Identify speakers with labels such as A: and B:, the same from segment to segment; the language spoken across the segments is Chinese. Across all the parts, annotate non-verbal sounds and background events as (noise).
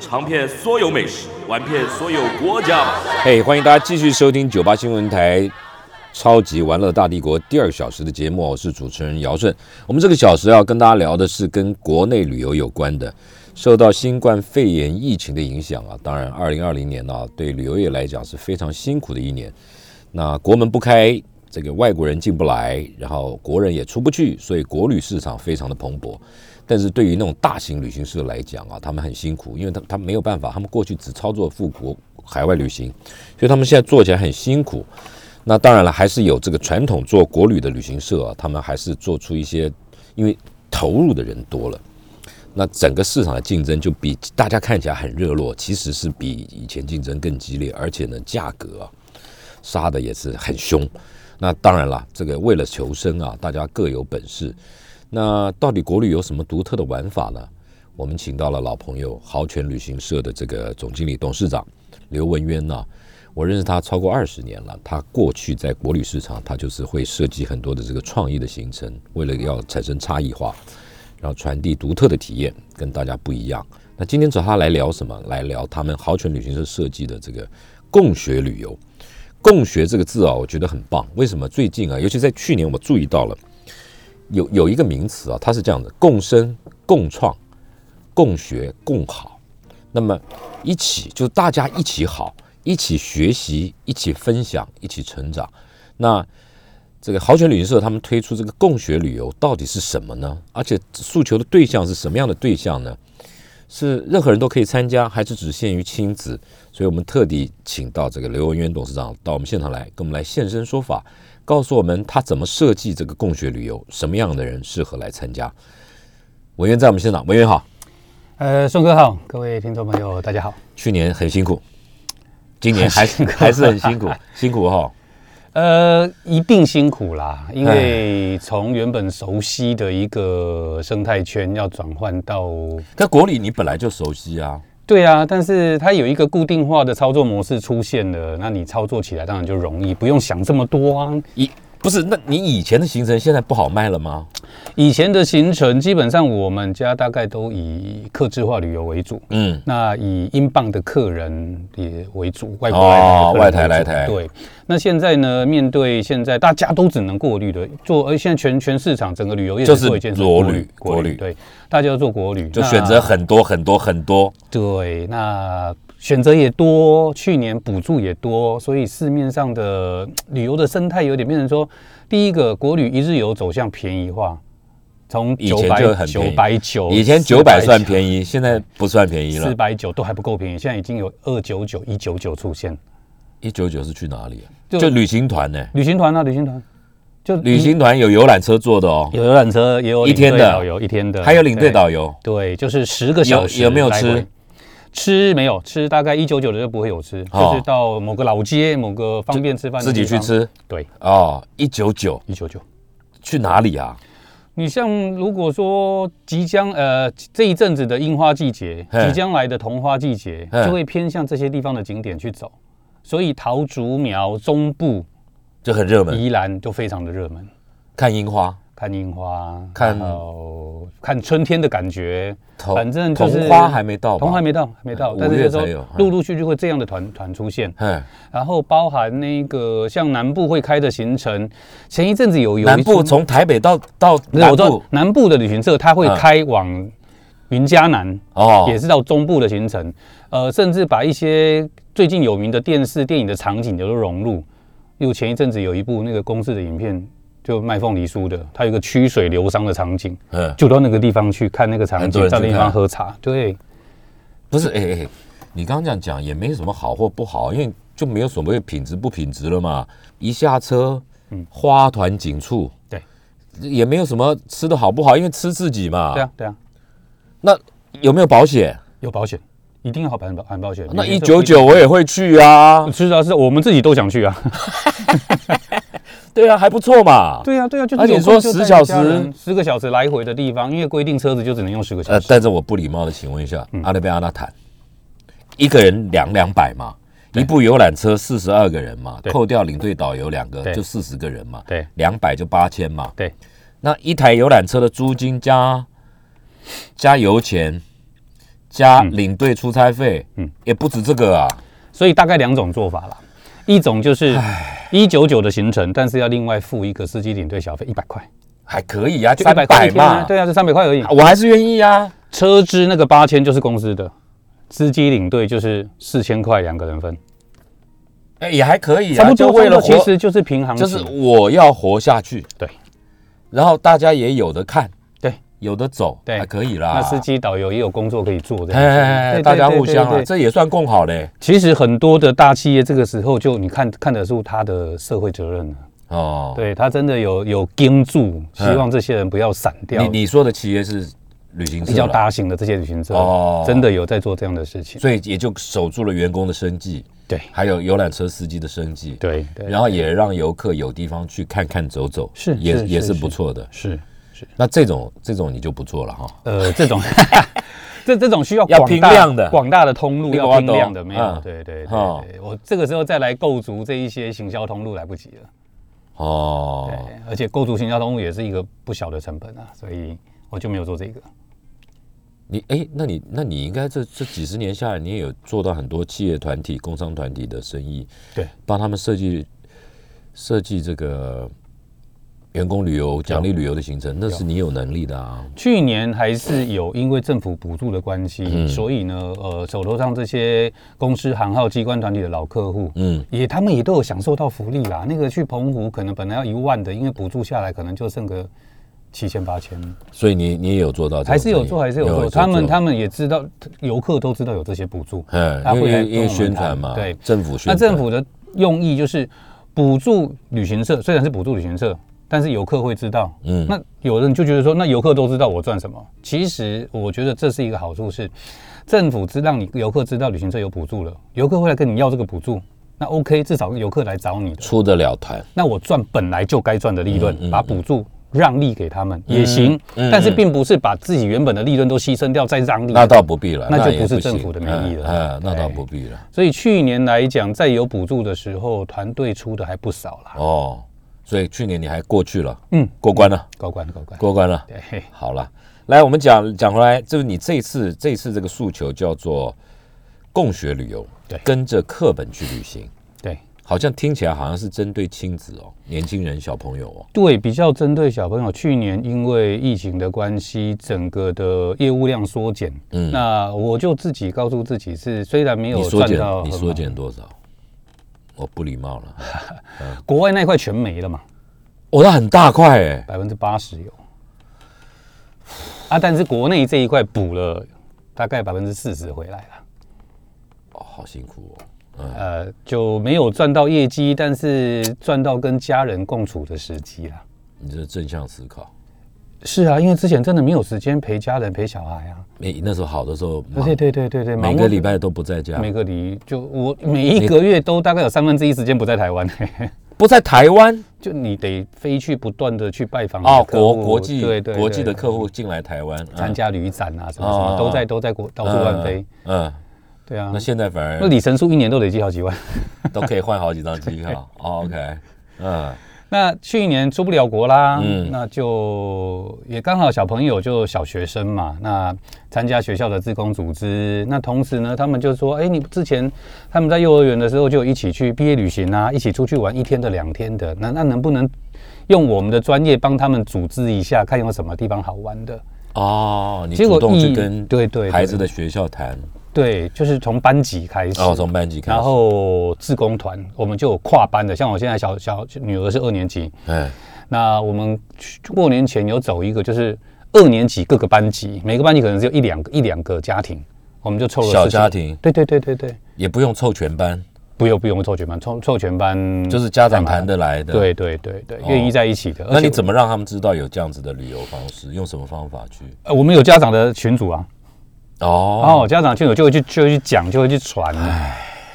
A: 尝遍所有美食，玩遍所有国家吧！
B: (laughs) 嘿欢迎大家继续收听九八新闻台《超级玩乐大帝国》第二小时的节目，我是主持人姚顺。我们这个小时要跟大家聊的是跟国内旅游有关的。受到新冠肺炎疫情的影响啊，当然，二零二零年呢、啊对旅游业来讲是非常辛苦的一年。那国门不开，这个外国人进不来，然后国人也出不去，所以国旅市场非常的蓬勃。但是对于那种大型旅行社来讲啊，他们很辛苦，因为他他没有办法，他们过去只操作富国海外旅行，所以他们现在做起来很辛苦。那当然了，还是有这个传统做国旅的旅行社、啊，他们还是做出一些，因为投入的人多了，那整个市场的竞争就比大家看起来很热络，其实是比以前竞争更激烈，而且呢，价格啊杀的也是很凶。那当然了，这个为了求生啊，大家各有本事。那到底国旅有什么独特的玩法呢？我们请到了老朋友豪泉旅行社的这个总经理、董事长刘文渊啊呢、我认识他超过二十年了。他过去在国旅市场，他就是会设计很多的这个创意的行程，为了要产生差异化，然后传递独特的体验，跟大家不一样。那今天找他来聊什么？来聊他们豪泉旅行社设计的这个共学旅游。共学这个字啊，我觉得很棒。为什么？最近啊，尤其在去年，我注意到了有有一个名词啊，它是这样的：共生、共创、共学、共好。那么一起就是大家一起好，一起学习，一起分享，一起成长。那这个豪泉旅行社他们推出这个共学旅游到底是什么呢？而且诉求的对象是什么样的对象呢？是任何人都可以参加，还是只限于亲子？所以我们特地请到这个刘文渊董事长到我们现场来，跟我们来现身说法，告诉我们他怎么设计这个共学旅游，什么样的人适合来参加。文渊在我们现场，文渊好，
C: 呃，宋哥好，各位听众朋友，大家好。
B: 去年很辛苦，今年还是 (laughs) 还是很辛苦，辛苦哈、哦
C: 呃，一定辛苦啦，因为从原本熟悉的一个生态圈要转换到，
B: 可国旅你本来就熟悉啊，
C: 对啊，但是它有一个固定化的操作模式出现了，那你操作起来当然就容易，不用想这么多啊。
B: 以不是？那你以前的行程现在不好卖了吗？
C: 以前的行程基本上我们家大概都以客制化旅游为主，
B: 嗯，
C: 那以英镑的客人也为主，外国来的
B: 哦
C: 客人
B: 外台
C: 为主
B: 来台
C: 对，那现在呢？面对现在大家都只能过滤的做，而现在全全市场整个旅游业
B: 就
C: 只
B: 是
C: 做一件事，
B: 国旅
C: 国
B: 国
C: 旅
B: 旅
C: 对，大家都做国旅，
B: 就
C: 那
B: 选择很多很多很多，
C: 对，那选择也多，去年补助也多，所以市面上的嘖旅游的生态有点变成说，第一个国旅一日游走向便宜化，从
B: 以前
C: 九百
B: 就很
C: 九
B: 便宜
C: 百九，
B: 以前九百算便宜，现在不算便宜
C: 四
B: 了。
C: 百九都还不够便宜，现在已经有二九九、一九九出现。
B: 一九九是去哪里啊、
C: 就
B: 就旅行团呢、
C: 旅行团啊，旅行团，就
B: 旅行团有游览车坐的哦，
C: 有游览车，也有
B: 一天的
C: 领队导游一天的，
B: 还有领队导游。
C: 对，对，就是十个小时
B: 有有没有
C: 来回
B: 吃？
C: 吃没有吃，大概一九九的就不会有吃，
B: 哦
C: 就是到某个老街、某个方便吃饭的
B: 自己
C: 地
B: 去
C: 方。
B: 吃
C: 对，
B: 哦，一九九
C: 一九九。
B: 去哪里啊？
C: 你像如果说即将呃这一阵子的樱花季节，
B: 嘿
C: 即将来的桐花季节，
B: 嘿
C: 就会偏向这些地方的景点去走，所以桃竹苗、中部、
B: 就很热门，
C: 宜兰都非常的热门。
B: 看樱花，
C: 看樱花，
B: 看
C: 然后看春天的感觉，
B: 桐
C: 反正就是
B: 桐花还没到吧
C: 桐还没到，还没到，
B: 嗯
C: 但
B: 五
C: 是
B: 月
C: 就
B: 才
C: 是
B: 有
C: 说
B: 嗯
C: 陆陆续续会这样的团团出现，
B: 嗯，
C: 然后包含那个像南部会开的行程，前一阵子有有
B: 南
C: 一
B: 部
C: 出
B: 从台北到到
C: 不是
B: 南
C: 我说
B: 部
C: 南部的旅行社，它会
B: 嗯
C: 开往云嘉南，
B: 哦，
C: 也是到中部的行程，呃，甚至把一些最近有名的电视电影的场景也都融入。例如前一阵子有一部那个公式的影片，就卖凤梨酥的，它有一个曲水流觞的场景，
B: 嗯，
C: 就到那个地方去看那个场
B: 很多
C: 景，
B: 人去
C: 在那地方
B: 看啊
C: 喝茶。对，
B: 不是，哎哎哎，你刚刚这样讲也没什么好或不好，因为就没有所谓品质不品质了嘛。一下车，花团锦簇，
C: 对，
B: 也没有什么吃的好不好，因为吃自己嘛。
C: 对啊，对啊，
B: 那有没有保险？
C: 啊有保险，一定要环保环保选。
B: 哦那
C: 免
B: 一
C: 费
B: 九九我也会去啊，
C: 是啊，是啊我们自己都想去啊。
B: (laughs) 对啊，还不错嘛。
C: 对啊，对啊，就
B: 而且
C: 有
B: 说
C: 空就
B: 10
C: 带
B: 小
C: 家人
B: 时
C: 十个小时来回的地方，因为规定车子就只能用十个小
B: 呃，
C: 时。
B: 但是我不礼貌的请问一下，
C: 嗯
B: 阿拉贝阿纳坦，一个人两两百嘛，一部游览车四十二个人嘛，
C: 对
B: 扣掉领队导游两个
C: 对
B: 就四十个人嘛，
C: 对
B: 两百就八千嘛，
C: 对，
B: 那一台游览车的租金加加油
C: 嗯
B: 钱，加领队出差费，嗯，也不止这个啊，
C: 所以大概两种做法啦，一种就是一九九的行程，但是要另外付一个司机领队小费一百块，
B: 还可以啊，
C: 就
B: 三
C: 100块
B: 百
C: 一天啊
B: 嘛，
C: 对啊，就三百块而已
B: 啊，。我还是愿意啊。
C: 车资那个八千就是公司的，司机领队就是四千块，两个人分，
B: 哎，也还可以啊，
C: 差不多。
B: 就为了
C: 差不多
B: 活
C: 其，实就是平行情，
B: 就是我要活下去，
C: 对，
B: 然后大家也有的看，
C: 对，
B: 有的走，
C: 对
B: 还可以啦。
C: 那司机导游也有工作可以做的。
B: 哎，哎，哎
C: 对
B: 大家
C: 对
B: 互
C: 对
B: 相啊，
C: 对对
B: 这也算共好嘞。
C: 其实很多的大企业这个时候就你看看得出他的社会责任了，啊
B: 哦，哎
C: 对他真的有有盯住，希望这些人不要散掉。
B: 你你说的企业是旅行社
C: 比较
B: 啦，
C: 大型的这些旅行社
B: 哦，
C: 真的有在做这样的事情。
B: 所以也就守住了员工的生计，
C: 对
B: 还有游览车司机的生计，
C: 对对，
B: 然后也让游客有地方去看看走走，
C: 是
B: 也
C: 是
B: 也是
C: 是
B: 不错的。
C: 是
B: 那这种这种你就不做了哈。
C: 呃，这
B: (laughs)
C: 种这这种需要
B: 要
C: 广
B: 拼
C: 大
B: 量的
C: 广大的通路
B: 你
C: 要
B: 懂我
C: 拼
B: 懂
C: 量的，没有
B: 嗯
C: 对对对
B: 哦
C: 对，我这个时候再来构筑这一些行销通路来不及了，
B: 哦，
C: 对，而且构筑行销通路也是一个不小的成本啊，所以我就没有做这个。
B: 你哎，那你那你应该这这几十年下来，你也有做到很多企业团体、工商团体的生意，
C: 对，
B: 帮他们设计设计这个员工旅游、奖励旅游的行程，那是你有能力的啊。
C: 去年还是有因为政府补助的关系，
B: 嗯
C: 所以呢，呃，手头上这些公司、行号、机关团体的老客户，
B: 嗯，
C: 也他们也都有享受到福利啦。那个去澎湖可能本来要一万的，因为补助下来可能就剩个七千八千，
B: 所以你你也有做到这种
C: 还是有
B: 生意
C: 做，还是有做。他们他们也知道，游客都知道有这些补助，
B: 嗯，
C: 他
B: 因
C: 会来
B: 为
C: 跟
B: 因
C: 我
B: 为
C: 们
B: 宣
C: 谈
B: 传嘛，
C: 对
B: 政府宣传，
C: 那政府的用意就是补助旅行社，虽然是补助旅行社，但是游客会知道。
B: 嗯
C: 嗯，那有人就觉得说，那游客都知道我赚什么。其实我觉得这是一个好处是，政府知让你游客知道旅行社有补助了，游客会来跟你要这个补助。那 OK，至少游客来找你的，
B: 出得了团，
C: 那我赚本来就该赚的利润，
B: 嗯嗯
C: 把补助让利给他们也行，
B: 嗯
C: 但是并不是把自己原本的利润都牺牲掉再让利。
B: 那倒不必了，
C: 那就
B: 也
C: 不
B: 行
C: 是政府的名义了哎
B: 嗯嗯那倒
C: 对
B: 不必了。
C: 所以去年来讲，在有补助的时候，团队出的还不少啦。
B: 哦，所以去年你还过去了，
C: 嗯，
B: 过关了，
C: 高官高官，
B: 过关了。
C: 对，
B: 好了，来，我们讲讲回来，就是你这一次这一次这个诉求叫做共学旅游，
C: 对
B: 跟着课本去旅行，
C: 对
B: 好像听起来好像是针对亲子哦，年轻人小朋友哦，
C: 对，比较针对小朋友。去年因为疫情的关系，整个的业务量缩减。
B: 嗯
C: 那我就自己告诉自己是，虽然没有
B: 你缩
C: 赚
B: 减
C: 到
B: 你
C: 很
B: 缩
C: 好，
B: 减多少？我不礼貌了，
C: 国外那一块全没了嘛，
B: 我、哦、那很大块哎，
C: 百分之八十有。啊，但是国内这一块补了大概百分之四十回来了。
B: 哦，好辛苦哦。
C: 呃，就没有赚到业绩，但是赚到跟家人共处的时机啦。
B: 你这正向思考，
C: 是啊，因为之前真的没有时间陪家人、陪小孩啊。
B: 你那时候好的时候忙，
C: 对对对对对，
B: 每
C: 忙
B: 个
C: 碌
B: 礼拜都啊不在家，
C: 每个礼就我每一个月都大概有三分之一时间不在台湾，嘿嘿
B: 不在台湾
C: (laughs) 就你得飞去不断的去拜访
B: 哦，
C: 你的客
B: 国
C: 户
B: 国际
C: 对对
B: 国际的
C: 对
B: 客户进来台湾
C: 参加旅展啊什么什
B: 哦
C: 么都在都在国到处乱飞，，
B: 嗯嗯嗯，
C: 对啊
B: 那，现在反而
C: 那里程数一年都累积好几万。 (laughs)
B: 都可以换好几张机票。哦 OK，嗯，
C: 那去年出不了国啦，
B: 嗯
C: 那就也刚好小朋友就小学生嘛，那参加学校的志工组织，那同时呢，他们就说，哎、你之前他们在幼儿园的时候就一起去毕业旅行啊，一起出去玩一天的、两天的，那那能不能用我们的专业帮他们组织一下，看有什么地方好玩的？
B: 哦，你
C: 结果
B: 主动去
C: 一
B: 跟
C: 对对对
B: 孩子的学校谈，
C: 对，就是从班级开始，
B: 然后从班级开始，
C: 然后志工团，我们就有跨班的，像我现在小小女儿是二年级，
B: 哎，
C: 那我们去过年前有走一个，就是二年级各个班级，每个班级可能只有一两个一两个家庭，我们就凑了
B: 小
C: 40
B: 家庭
C: 对对对对对，
B: 也不用凑全班，
C: 不用不用凑全班，凑凑全班
B: 就是家长谈得来的。，
C: 嗯对对对对，愿意在一起的。
B: 那你怎
C: 么？
B: 么让他们知道有这样子的旅游方式？用什么方法去？
C: 呃我们有家长的群组啊，
B: 哦，
C: 哦，家长劝阻就会去就会去讲，就会去传，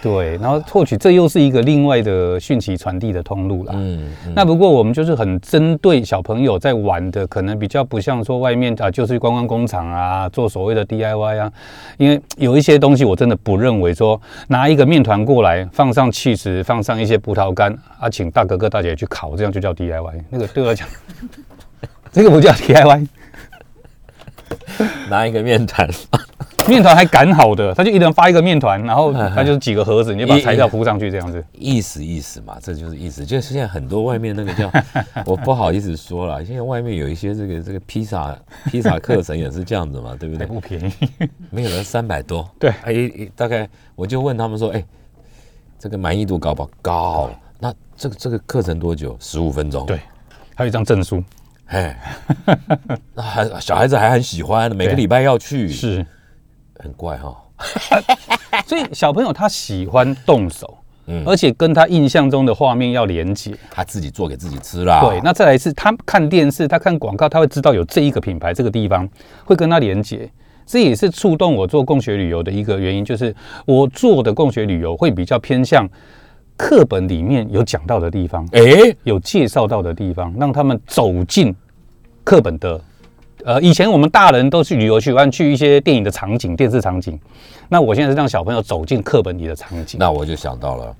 C: 对，然后或许这又是一个另外的讯息传递的通路啦。
B: 嗯，
C: 那不过我们就是很针对小朋友在玩的，可能比较不像说外面啊，就是观光工厂啊，做所谓的 DIY 啊，因为有一些东西我真的不认为说拿一个面团过来，放上 cheese，放上一些葡萄干啊，请大哥哥大姐去烤，这样就叫 DIY，那个对我来讲， (laughs) 这个不叫 DIY，
B: 拿一个面团，
C: 面团还擀好的，他就一人发一个面团，然后他就是几个盒子，你就把材料铺上去这样子。
B: (laughs) 意思意思嘛，这就是意思。就是现在很多外面那个叫， (laughs) 我不好意思说了，现在外面有一些这个这个披萨披萨课程也是这样子嘛，对不
C: 也
B: 对？
C: 不便宜，
B: 没有人三百多，
C: 对
B: 哎，一大概我就问他们说，哎，这个满意度高不高？那这个这个课程多久？十五分钟。
C: 对，还有一张证书，
B: 哎， (laughs) 那还小孩子还很喜欢，每个
C: 对
B: 礼拜要去，
C: (laughs) 是，
B: 很怪哈、
C: 所以小朋友他喜欢动手，
B: 嗯
C: 而且跟他印象中的画面要连接。
B: 他自己做给自己吃啦。
C: 对，那再来是他看电视，他看广告，他会知道有这一个品牌，这个地方会跟他连接。这也是触动我做共学旅游的一个原因，就是我做的共学旅游会比较偏向课本里面有讲到的地方，
B: 哎、
C: 有介绍到的地方，让他们走进课本的。呃，以前我们大人都去旅游去玩，去一些电影的场景、电视场景。那我现在是让小朋友走进课本里的场景。
B: 那我就想到了，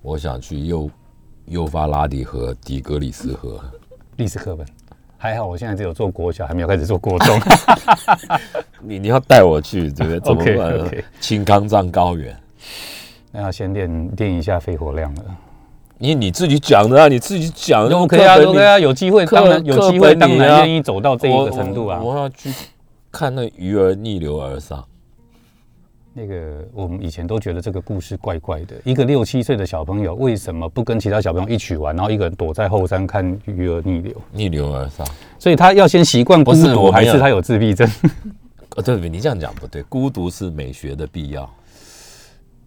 B: 我想去幼幼发拉底河、底格里斯河。
C: 历史课本。还好，我现在只有做国小，还没有开始做国
B: (laughs)
C: 中。
B: 你你要带我去，对不对？怎么
C: OK，
B: 办
C: OK
B: 青康藏高原，
C: 那要先练练一下肺活量
B: (laughs)
C: 了。
B: 因为你自己讲的啊，你自己讲的。
C: OK 啊
B: 课本里
C: ，OK 啊，有机会
B: 课
C: 当然有机会，
B: 课本
C: 当
B: 里啊
C: 然愿意走到这一个程度啊
B: 我。我我要去看那鱼儿逆流而上。
C: 那个我们以前都觉得这个故事怪怪的，一个六七岁的小朋友为什么不跟其他小朋友一起玩，然后一个人躲在后山看鱼儿逆流？
B: 逆流而上，
C: 所以他要先习惯孤
B: 不是我
C: 独，还
B: 没有
C: 是他有自闭症？ (laughs)
B: 呃、对不对？你这样讲不对，孤独是美学的必要。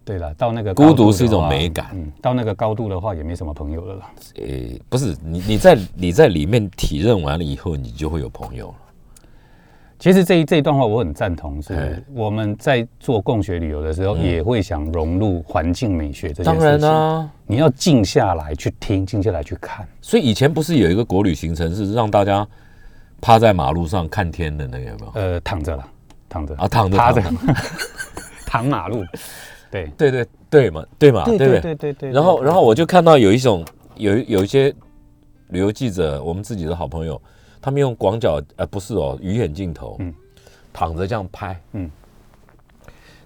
C: 对了，到那个
B: 孤
C: 高度
B: 独
C: 的
B: 是一种
C: 话
B: 美感
C: 嗯，到那个高度的话，也没什么朋友了啦。
B: 诶、呃不是你你在你在里面体认完了以后，你就会有朋友了。
C: 其实这一这一段话我很赞同，
B: 哎
C: 是我们在做共学旅游的时候，也会想融入环境美学这件事
B: 嗯当
C: 情。
B: 然啦、啊
C: 你要静下来去听，静下来去看。
B: 所以以前不是有一个国旅行程是让大家趴在马路上看天的那个有没有？
C: 呃，躺着了，躺着
B: 啊，躺着
C: 趴着
B: 躺，
C: (laughs) 躺马路。对
B: 对对对嘛，啊对嘛，不对？
C: 对对
B: 然后然后我就看到有一种有有一些旅游记者，我们自己的好朋友，他们用广角呃不是哦鱼眼镜头，
C: 嗯
B: 躺着这样拍，
C: 嗯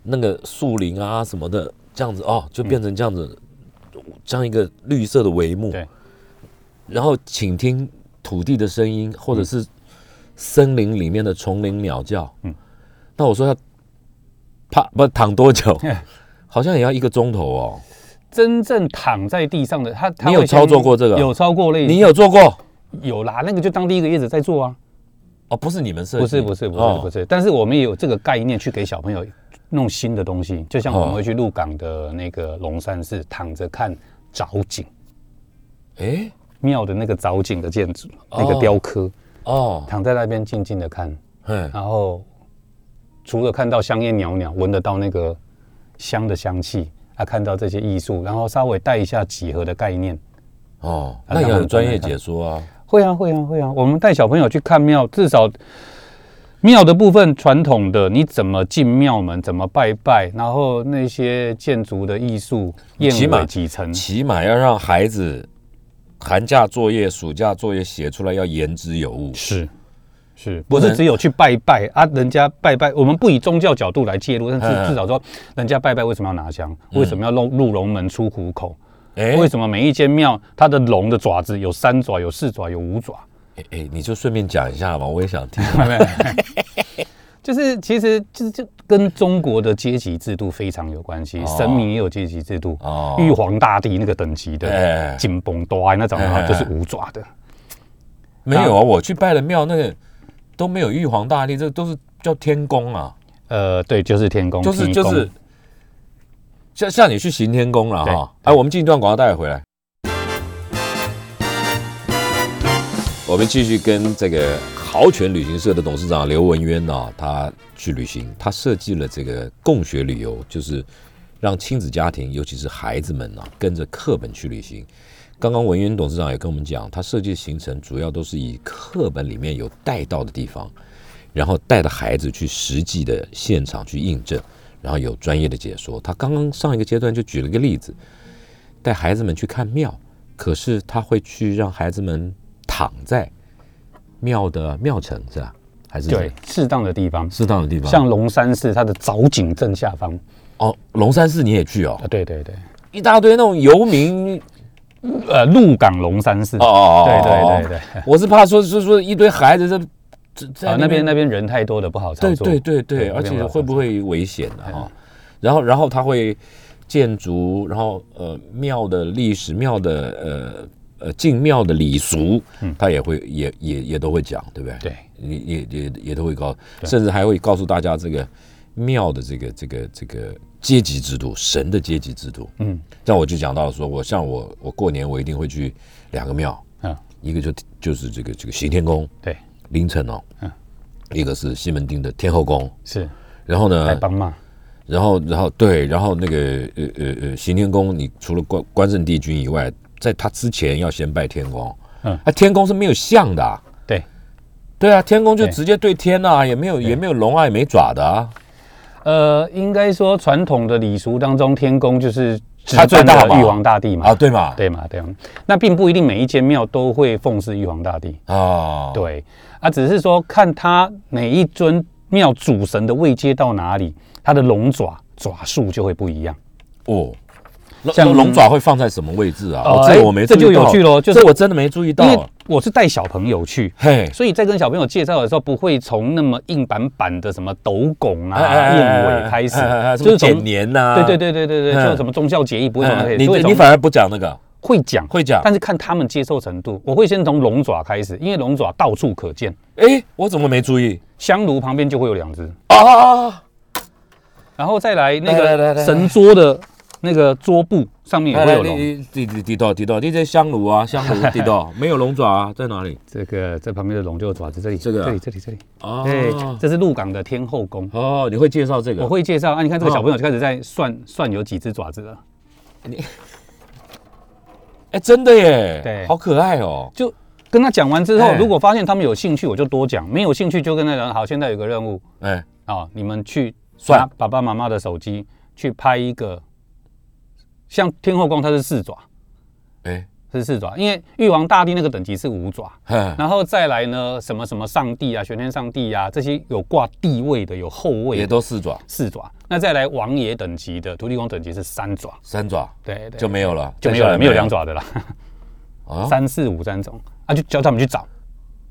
B: 那个树林啊什么的这样子哦，就变成这样子，这样一个绿色的帷幕，
C: 嗯对，
B: 然后请听土地的声音，或者是森林里面的丛林鸟叫，
C: 嗯？
B: 那我说要趴不躺多久
C: (laughs)
B: 好像也要一个钟头哦，
C: 真正躺在地上的他，他
B: 你有
C: 会先
B: 操作过这个
C: 有操过类似，
B: 你有做过？
C: 有啦，那个就当第一个叶子在做啊。
B: 哦，不是你们设计，
C: 不是不是不
B: 哦
C: 是不是，但是我们也有这个概念去给小朋友弄新的东西，就像我
B: 哦
C: 们会去鹿港的那个龙山寺躺着看藻井
B: 哎
C: 庙的那个藻井的建筑
B: 哦
C: 那个雕刻，
B: 哦，
C: 躺在那边静静的看，
B: 嗯，
C: 然后除了看到香烟袅袅，闻得到那个香的香气，啊，看到这些艺术，然后稍微带一下几何的概念。
B: 哦，
C: 啊
B: 那也
C: 那我
B: 有
C: 们
B: 专
C: 再
B: 业
C: 来看
B: 解说啊，
C: 会啊，会啊，会啊！我们带小朋友去看庙，至少庙的部分传统的，你怎么进庙门，怎么拜拜，然后那些建筑的艺术，
B: 你
C: 燕
B: 起码
C: 尾几层，
B: 起码要让孩子寒假作业、暑假作业写出来要言之有物。
C: 是是，
B: 不
C: 不
B: 能
C: 是只有去拜拜啊？人家拜拜，我们不以宗教角度来介入，但
B: 嗯
C: 是至少说，人家拜拜为什么要拿香？为什么要弄入龙门出虎口？
B: 哎
C: 为什么每一间庙它的龙的爪子有三爪、有四爪、有五爪？
B: 哎哎，你就顺便讲一下吧，我也想
C: (laughs)
B: 听。
C: 就是其实就就跟中国的阶级制度非常有关系，
B: 哦
C: 神明也有阶级制度， (laughs)
B: 哦
C: 玉皇大帝那个等级
B: 哎
C: 的紧绷多埃那种的
B: 哎哎
C: 话
B: 哎
C: 就是五爪的，
B: 没有啊，我去拜了庙，那个都没有玉皇大帝，这都是叫天宫啊，
C: 呃，对，就是天宫，
B: 就是
C: 地
B: 就
C: 宫
B: 是，像像你去行天宫了
C: 对
B: 哈。哎，我们进一段广告，待会回来。我们继续跟这个豪泉旅行社的董事长刘文渊呢、他去旅行，他设计了这个共学旅游，就是让亲子家庭，尤其是孩子们呢、啊跟着课本去旅行。刚刚文渊董事长也跟我们讲，他设计的行程主要都是以课本里面有带到的地方，然后带着孩子去实际的现场去印证，然后有专业的解说。他刚刚上一个阶段就举了一个例子，带孩子们去看庙，可是他会去让孩子们躺在庙的庙城是吧？还是
C: 对，适当的地方，
B: 适当的地方？
C: 像龙山寺它的藻井正下方
B: 哦，龙山寺你也去哦
C: 啊，，对对对，
B: 一大堆那种游民
C: 呃，鹿港龙山寺
B: 哦哦，哦
C: 对对对对，
B: 我是怕说说说一堆孩子在在
C: 啊
B: 在
C: 那边那边人太多了，不好操
B: 对哦
C: 作，
B: 对对对，
C: 对
B: 而
C: 那边
B: 且
C: 不好
B: 会不
C: 操作
B: 会危险呢？哈？然后然后他会建筑，然后呃庙的历史、庙的呃呃进庙的礼俗，他也会也也也都会讲，对不对？
C: 嗯对
B: 也，也也也都会告，甚至还会告诉大家这个庙的这个这个这个阶级制度，神的阶级制度。
C: 嗯，
B: 像我就讲到说，我像我我过年我一定会去两个庙，
C: 嗯，
B: 一个就就是这个这个行天宫
C: 对，
B: 凌晨哦，
C: 嗯，
B: 一个是西门町的天后宫，
C: 是
B: 然后
C: 来
B: 呢，
C: 帮忙，
B: 然后然后对，然后那个呃呃呃行天宫，你除了关关圣帝君以外，在他之前要先拜天宫，
C: 嗯
B: 啊，天宫是没有像的、啊，
C: 对，
B: 对啊，天宫就
C: 对
B: 直接对天呐、啊，也没有也没有龙啊，也没爪的啊，
C: 呃，应该说传统的礼俗当中，天宫就是只
B: 他最
C: 占
B: 大
C: 了
B: 嘛
C: 玉皇大帝嘛，
B: 啊，对嘛，
C: 对嘛对嘛，那并不一定每一间庙都会奉祀玉皇大帝，
B: 啊，，
C: 对啊，只是说看他每一尊庙主神的位阶到哪里，他的龙爪爪术就会不一样。
B: 哦。龙
C: 像
B: 龙爪会放在什么位置啊？
C: 呃
B: 哦，这个我没
C: 这
B: 注意
C: 就有
B: 到
C: 趣咯就是
B: 这我真的没注意
C: 因为
B: 到。
C: 我是带小朋友去，
B: 嘿，
C: 所以在跟小朋友介绍的时候，不会从那么硬板板的什么斗拱啊、
B: 哎哎哎
C: 燕
B: 哎
C: 尾开始
B: 哎哎哎，
C: 就是
B: 什么
C: 从
B: 减年呐，
C: 对对对对对对，
B: 嗯
C: 就什么宗教协议不会从那
B: 嗯
C: 里，
B: 你
C: 就会
B: 你
C: 从
B: 反而不讲那个，
C: 会讲
B: 会讲
C: 但是看他们接受程度，我会先从龙爪开始，因为龙爪到处可见，
B: 哎，我怎么没注意
C: 香炉旁边就会有两只，
B: 啊？
C: 然后再来那
B: 来来来来
C: 个神桌的那个桌布上面也
B: 来
C: 会
B: 来，
C: 有龙。
B: 你地地地道地道，你这香炉 (laughs) 啊，香炉地道没有龙爪啊，在哪里？
C: 这个这旁边的龙就是爪子，这里
B: 这个啊
C: 这里这里这里，
B: 哦
C: 对，这是鹿港的天后宫。
B: 哦，你会介绍这
C: 我
B: 个？
C: 会介绍啊，你看这个
B: 哦
C: 小朋友就开始在算算有几只爪子了。
B: 哎，真的耶，
C: 对
B: 好可爱哦。
C: 就跟他讲完之后
B: 哎，
C: 如果发现他们有兴趣，我就多讲；没有兴趣就跟他讲，好，现在有个任务
B: 哎，
C: 啊、你们去
B: 算
C: 拿爸爸妈妈的手机去拍一个，像天后宫它是四爪，
B: 哎，
C: 是四爪，因为玉皇大帝那个等级是五爪，
B: 哼
C: 然后再来呢，什么什么上帝啊、玄天上帝啊，这些有挂地位的、有后位
B: 也
C: 的
B: 都四爪，
C: 四爪，那再来王爷等级的、土地公等级是三爪，
B: 三爪
C: 对对，
B: 就没有了，
C: 就没有了，没有两爪的啦，
B: 啊。
C: 三四五三种啊，就叫他们去找。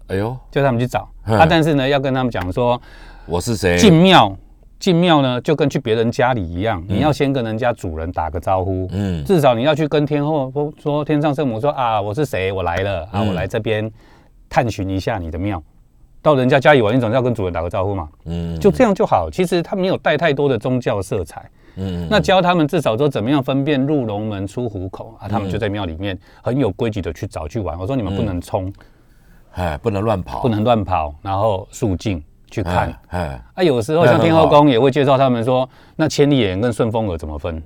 B: 哎呦，
C: 叫他们去找
B: 嗯哎
C: 啊。但是呢，要跟他们讲说，
B: 我是谁？
C: 进庙进庙呢，就跟去别人家里一样，你要先跟人家主人打个招呼，
B: 嗯
C: 至少你要去跟天后说说天上圣母说啊，我是谁，我来了啊，
B: 嗯
C: 我来这边探寻一下你的庙。到人家家里玩，你总是要跟主人打个招呼嘛，
B: 嗯
C: 就这样就好。其实他没有带太多的宗教色彩，
B: 嗯
C: 那教他们至少说怎么样分辨入龙门出虎口啊，他们就在庙里面很有规矩的去找去玩。我说你们不能
B: 嗯
C: 冲，
B: 哎，不能乱跑，
C: 不能乱跑，然后肃静去看，
B: 哎哎
C: 啊，有时候像天后宫也会介绍他们说，那千里眼跟顺风耳怎么分？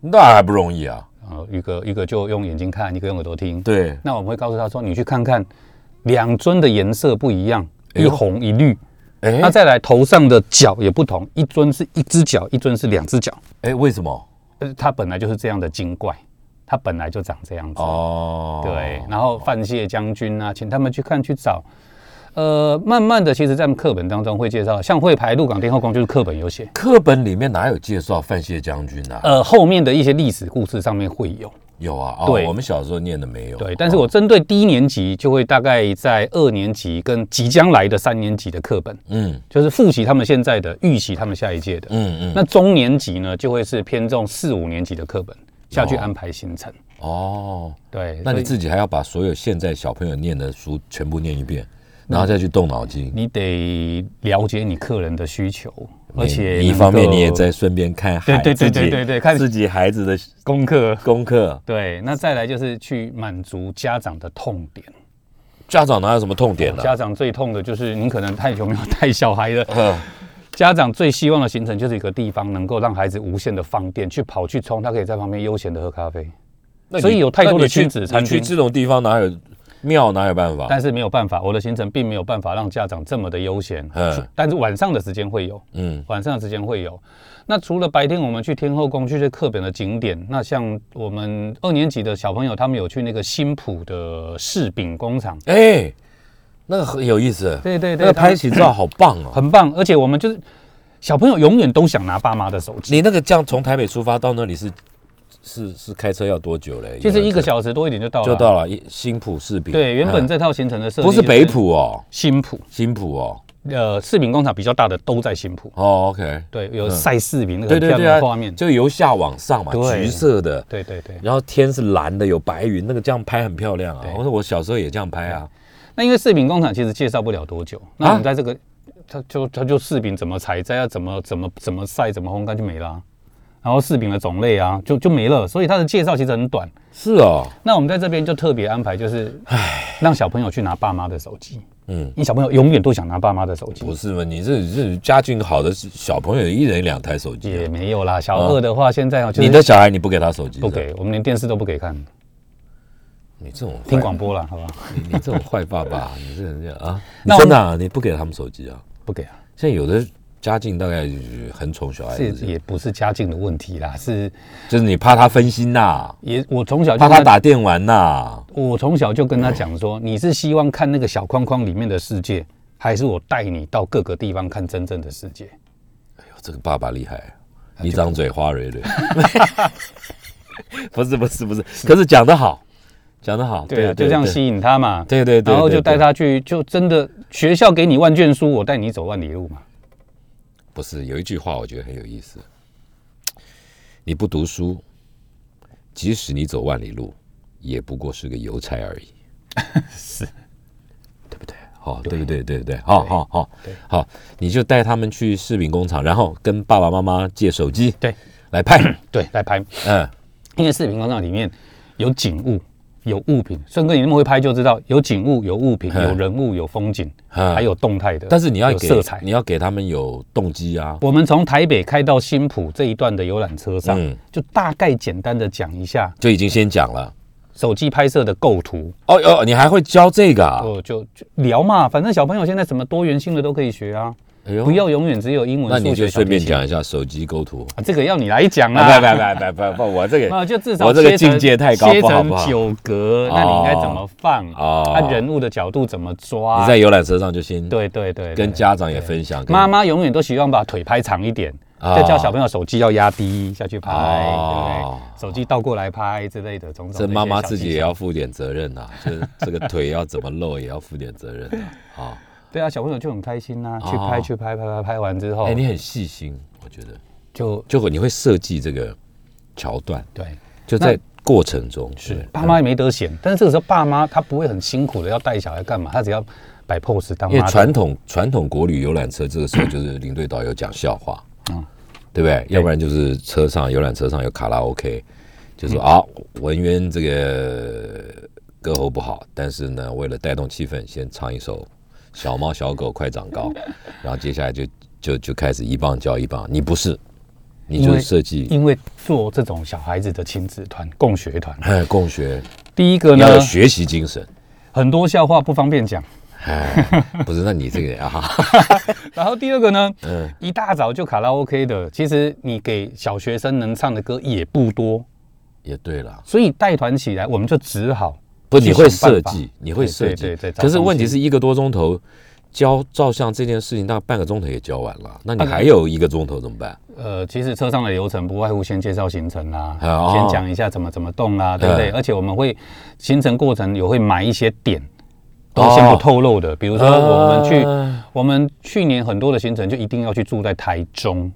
B: 那还不容易啊？
C: 啊，一个一个就用眼睛看，一个用耳朵听。
B: 对，
C: 那我们会告诉他说，你去看看，两尊的颜色不一样，
B: 哎
C: 一
B: 呦
C: 红一绿。
B: 哎
C: 那再来头上的角也不同，一尊是一只脚，一尊是两只脚。
B: 哎，为什么？
C: 呃，它本来就是这样的精怪，它本来就长这样子。
B: 哦，
C: 对，然后范谢将军啊，请他们去看去找。呃，慢慢的，其实，在课本当中会介绍，像会排鹿港天后宫就是课本有写。
B: 课本里面哪有介绍范谢将军啊？
C: 呃，后面的一些历史故事上面会有，
B: 有啊，哦、
C: 对
B: 我们小时候念的没有。哦
C: 对。但是我针对低年级，就会大概在二年级跟即将来的三年级的课本，
B: 嗯
C: 就是复习他们现在的，预习他们下一届的。
B: 嗯嗯，
C: 那中年级呢，就会是偏重四五年级的课本下去安排行程。
B: 哦，
C: 对，
B: 那你
C: 所以
B: 自己还要把所有现在小朋友念的书全部念一
C: 嗯
B: 遍，然后再去动脑筋。
C: 你得了解你客人的需求，而且
B: 你一
C: 能
B: 嗯方面
C: 够
B: 你也在顺便看孩
C: 对对对
B: 自己
C: 对对对看
B: 自己孩子的
C: 功课。
B: 功课
C: 对，那再来就是去满足家长的痛点。
B: 家长哪有什么痛点呢、
C: 家长最痛的就是你可能太久没有带小孩了，
B: 嗯
C: 家长最希望的行程就是一个地方能够让孩子无限的放电，去跑去冲，他可以在旁边悠闲的喝咖啡。
B: 那你
C: 所以有太多的
B: 那你去
C: 亲子餐
B: 你
C: 厅
B: 去这种地方哪有庙哪有办法？
C: 但是没有办法，我的行程并没有办法让家长这么的悠闲。
B: 嗯
C: 但是晚上的时间会有，
B: 嗯
C: 晚上的时间会有。那除了白天我们去天后宫去这课本的景点，那像我们二年级的小朋友，他们有去那个新浦的柿饼工厂，
B: 哎、那个很有意思，
C: 对对
B: 那
C: 对，
B: 个
C: 他们
B: 拍起照好棒哦。
C: 很棒，而且我们就是小朋友永远都想拿爸妈的手机。
B: 你那个这样从台北出发到那里是是是开车要多久嘞？
C: 其实一个
B: 时
C: 小时多一点就到了，
B: 就到了一新浦柿饼。
C: 对，原本
B: 嗯
C: 这套行程的设计
B: 不是北
C: 就
B: 浦哦，
C: 新浦，
B: 新浦哦。
C: 呃，柿饼工厂比较大的都在新浦。
B: 哦，OK，
C: 对，有晒柿饼那个
B: 对
C: 很
B: 对
C: 漂
B: 对啊
C: 亮的画面。
B: 就由下往上嘛，
C: 对
B: 橘色的，
C: 对对对。
B: 然后天是蓝的，有白云，那个这样拍很漂亮啊
C: 对。
B: 我说我小时候也这样拍啊。
C: 那因为柿饼工厂其实介绍不了多久，那我们在这个，它就它就柿饼怎么采摘啊，怎么怎么怎么晒，怎么烘干就没了啊、然后柿饼的种类啊，就就没了，所以它的介绍其实很短。
B: 是哦，
C: 那我们在这边就特别安排，就是让小朋友去拿爸妈的手机。
B: 嗯
C: 嗯，因为小朋友永远都想拿爸妈的手机。
B: 不是嘛？你这这家境好的小朋友，一人两台手机啊、
C: 也没有啦，小二的话现在哦，就是
B: 你的小孩你不给他手机，
C: 不给，我们连电视都不给看，
B: 你这种坏
C: 听广，播啦，好吧？
B: 你你这种坏爸爸，你这人家啊，你
C: (laughs) 那我
B: 真的
C: 们
B: 啊、你不给他们手机啊？
C: 不给啊，
B: 现在有的家境大概哎就是很宠小孩
C: 是
B: 子，
C: 也不是家境的问题啦，是
B: 就是你怕他分心呐、
C: 也我从小就
B: 怕
C: 跟
B: 他，打电玩呐、
C: 我从小就跟他讲
B: (laughs)
C: 说，你是希望看那个小框框里面的世界，还是我带你到各个地方看真正的世界？
B: 哎呦这个爸爸厉 (laughs) 害，一张嘴花蕊 (laughs) 蕊。不是不是不是，可是讲得好，讲得好，
C: 对啊，就这样吸引他嘛。
B: 对对对，
C: 然后
B: 对
C: 就带，
B: 对
C: 他去，就真的学校给你万卷书，我带你走万里路嘛。
B: 不是有一句话，我觉得很有意思。你不读书，即使你走万里路，也不过是个邮差而已。
C: (laughs)
B: 是，对不对？好，对不对？对不对？好好好，好，你就带他们去柿饼工厂，然后跟爸爸妈妈借手机，
C: 对，
B: 来
C: (coughs)
B: 拍。
C: 对，来拍，
B: 嗯，
C: 因为视频广场里面有景物。有物品，顺哥，你那么会拍就知道，有景物，有物品，
B: 嗯
C: 有人物，有风景，
B: 嗯
C: 还有动态的。
B: 但是你要
C: 有
B: 给
C: 色彩
B: 你。要给他们有动机啊。
C: 我们从台北开到新浦这一段的游览车上，
B: 嗯
C: 就大概简单的讲一下
B: 就已经先讲了。
C: 手机拍摄的构图，
B: 哦哦，你还会教这个啊？
C: 哦，就就聊嘛，反正小朋友现在什么多元性的都可以学啊，
B: 哎呦
C: 不要永远只有英文。
B: 那你就
C: 数学
B: 顺便
C: 小提琴
B: 讲一下手机构图。
C: 啊，这个要你来讲
B: 啊，
C: 啊。
B: 不不不不不，我这
C: 啊，
B: 个
C: 就至少
B: 我这个
C: 切成
B: 境界太高
C: 切
B: 不好不好
C: 成九格，那你应该怎么放？
B: 哦
C: 啊，人物的角度怎么抓？
B: 你在游览车上就先
C: 对对对，对
B: 跟家长也分享。跟
C: 妈妈永远都希望把腿拍长一点，
B: 啊
C: 再叫小朋友手机要压低下去拍，对不
B: 哦
C: 对？手机倒过来拍之类的种种。
B: 这妈妈自己也。要负点责任呐、就是这个腿要怎么露也要负点责任呐啊。啊
C: 对啊，小朋友就很开心呐、
B: 哦
C: 去拍去拍拍拍拍完之后，
B: 哎，你很细心，我觉得，
C: 就
B: 就你会设计这个桥段，
C: 对。
B: 就在过程中
C: 是
B: 对
C: 爸妈也没得闲，但是这个时候爸妈他不会很辛苦的要带小孩干嘛，他只要摆 pose 当
B: 因为
C: 妈的，
B: 传统传统国旅游览车这个时候就是领队导游讲笑话，
C: 嗯
B: 对不对？要不然就是车上游览车上有卡拉 OK，就是
C: 嗯
B: 说啊，文渊这个歌喉不好，但是呢，为了带动气氛，先唱一首《小猫小狗快长
C: (laughs)
B: 高》，然后接下来就就就开始一棒教一棒。你不是，你
C: 因
B: 就
C: 为
B: 设计
C: 因为做这种小孩子的亲子团、共学团，
B: 哎共学，
C: 第一个呢
B: 要，有学习精神。
C: 很多笑话不方便讲，
B: 哎，不是，那你这个人啊，
C: (laughs) 然后第二个呢，
B: 嗯
C: 一大早就卡拉 OK 的，其实你给小学生能唱的歌也不多，
B: 也对了。
C: 所以带团起来我们就只好
B: 不，
C: 去
B: 你会
C: 想办
B: 设
C: 法
B: 计，你会
C: 对
B: 设
C: 对
B: 计
C: 对，对找
B: 可是问
C: 东
B: 题
C: 西
B: 是一个多钟头教照相这件事情，大概半个钟头也教完了，那你
C: 半个
B: 还有一个钟头怎么办？
C: 呃，其实车上的流程不外乎先介绍行程啦、
B: 哦
C: 先讲一下怎么怎么动啦、对不对？
B: 嗯
C: 而且我们会行程过程也会埋一些点，都先不透露的。比如说我们去，
B: 啊
C: 我们去年很多的行程就一定要去住在台中，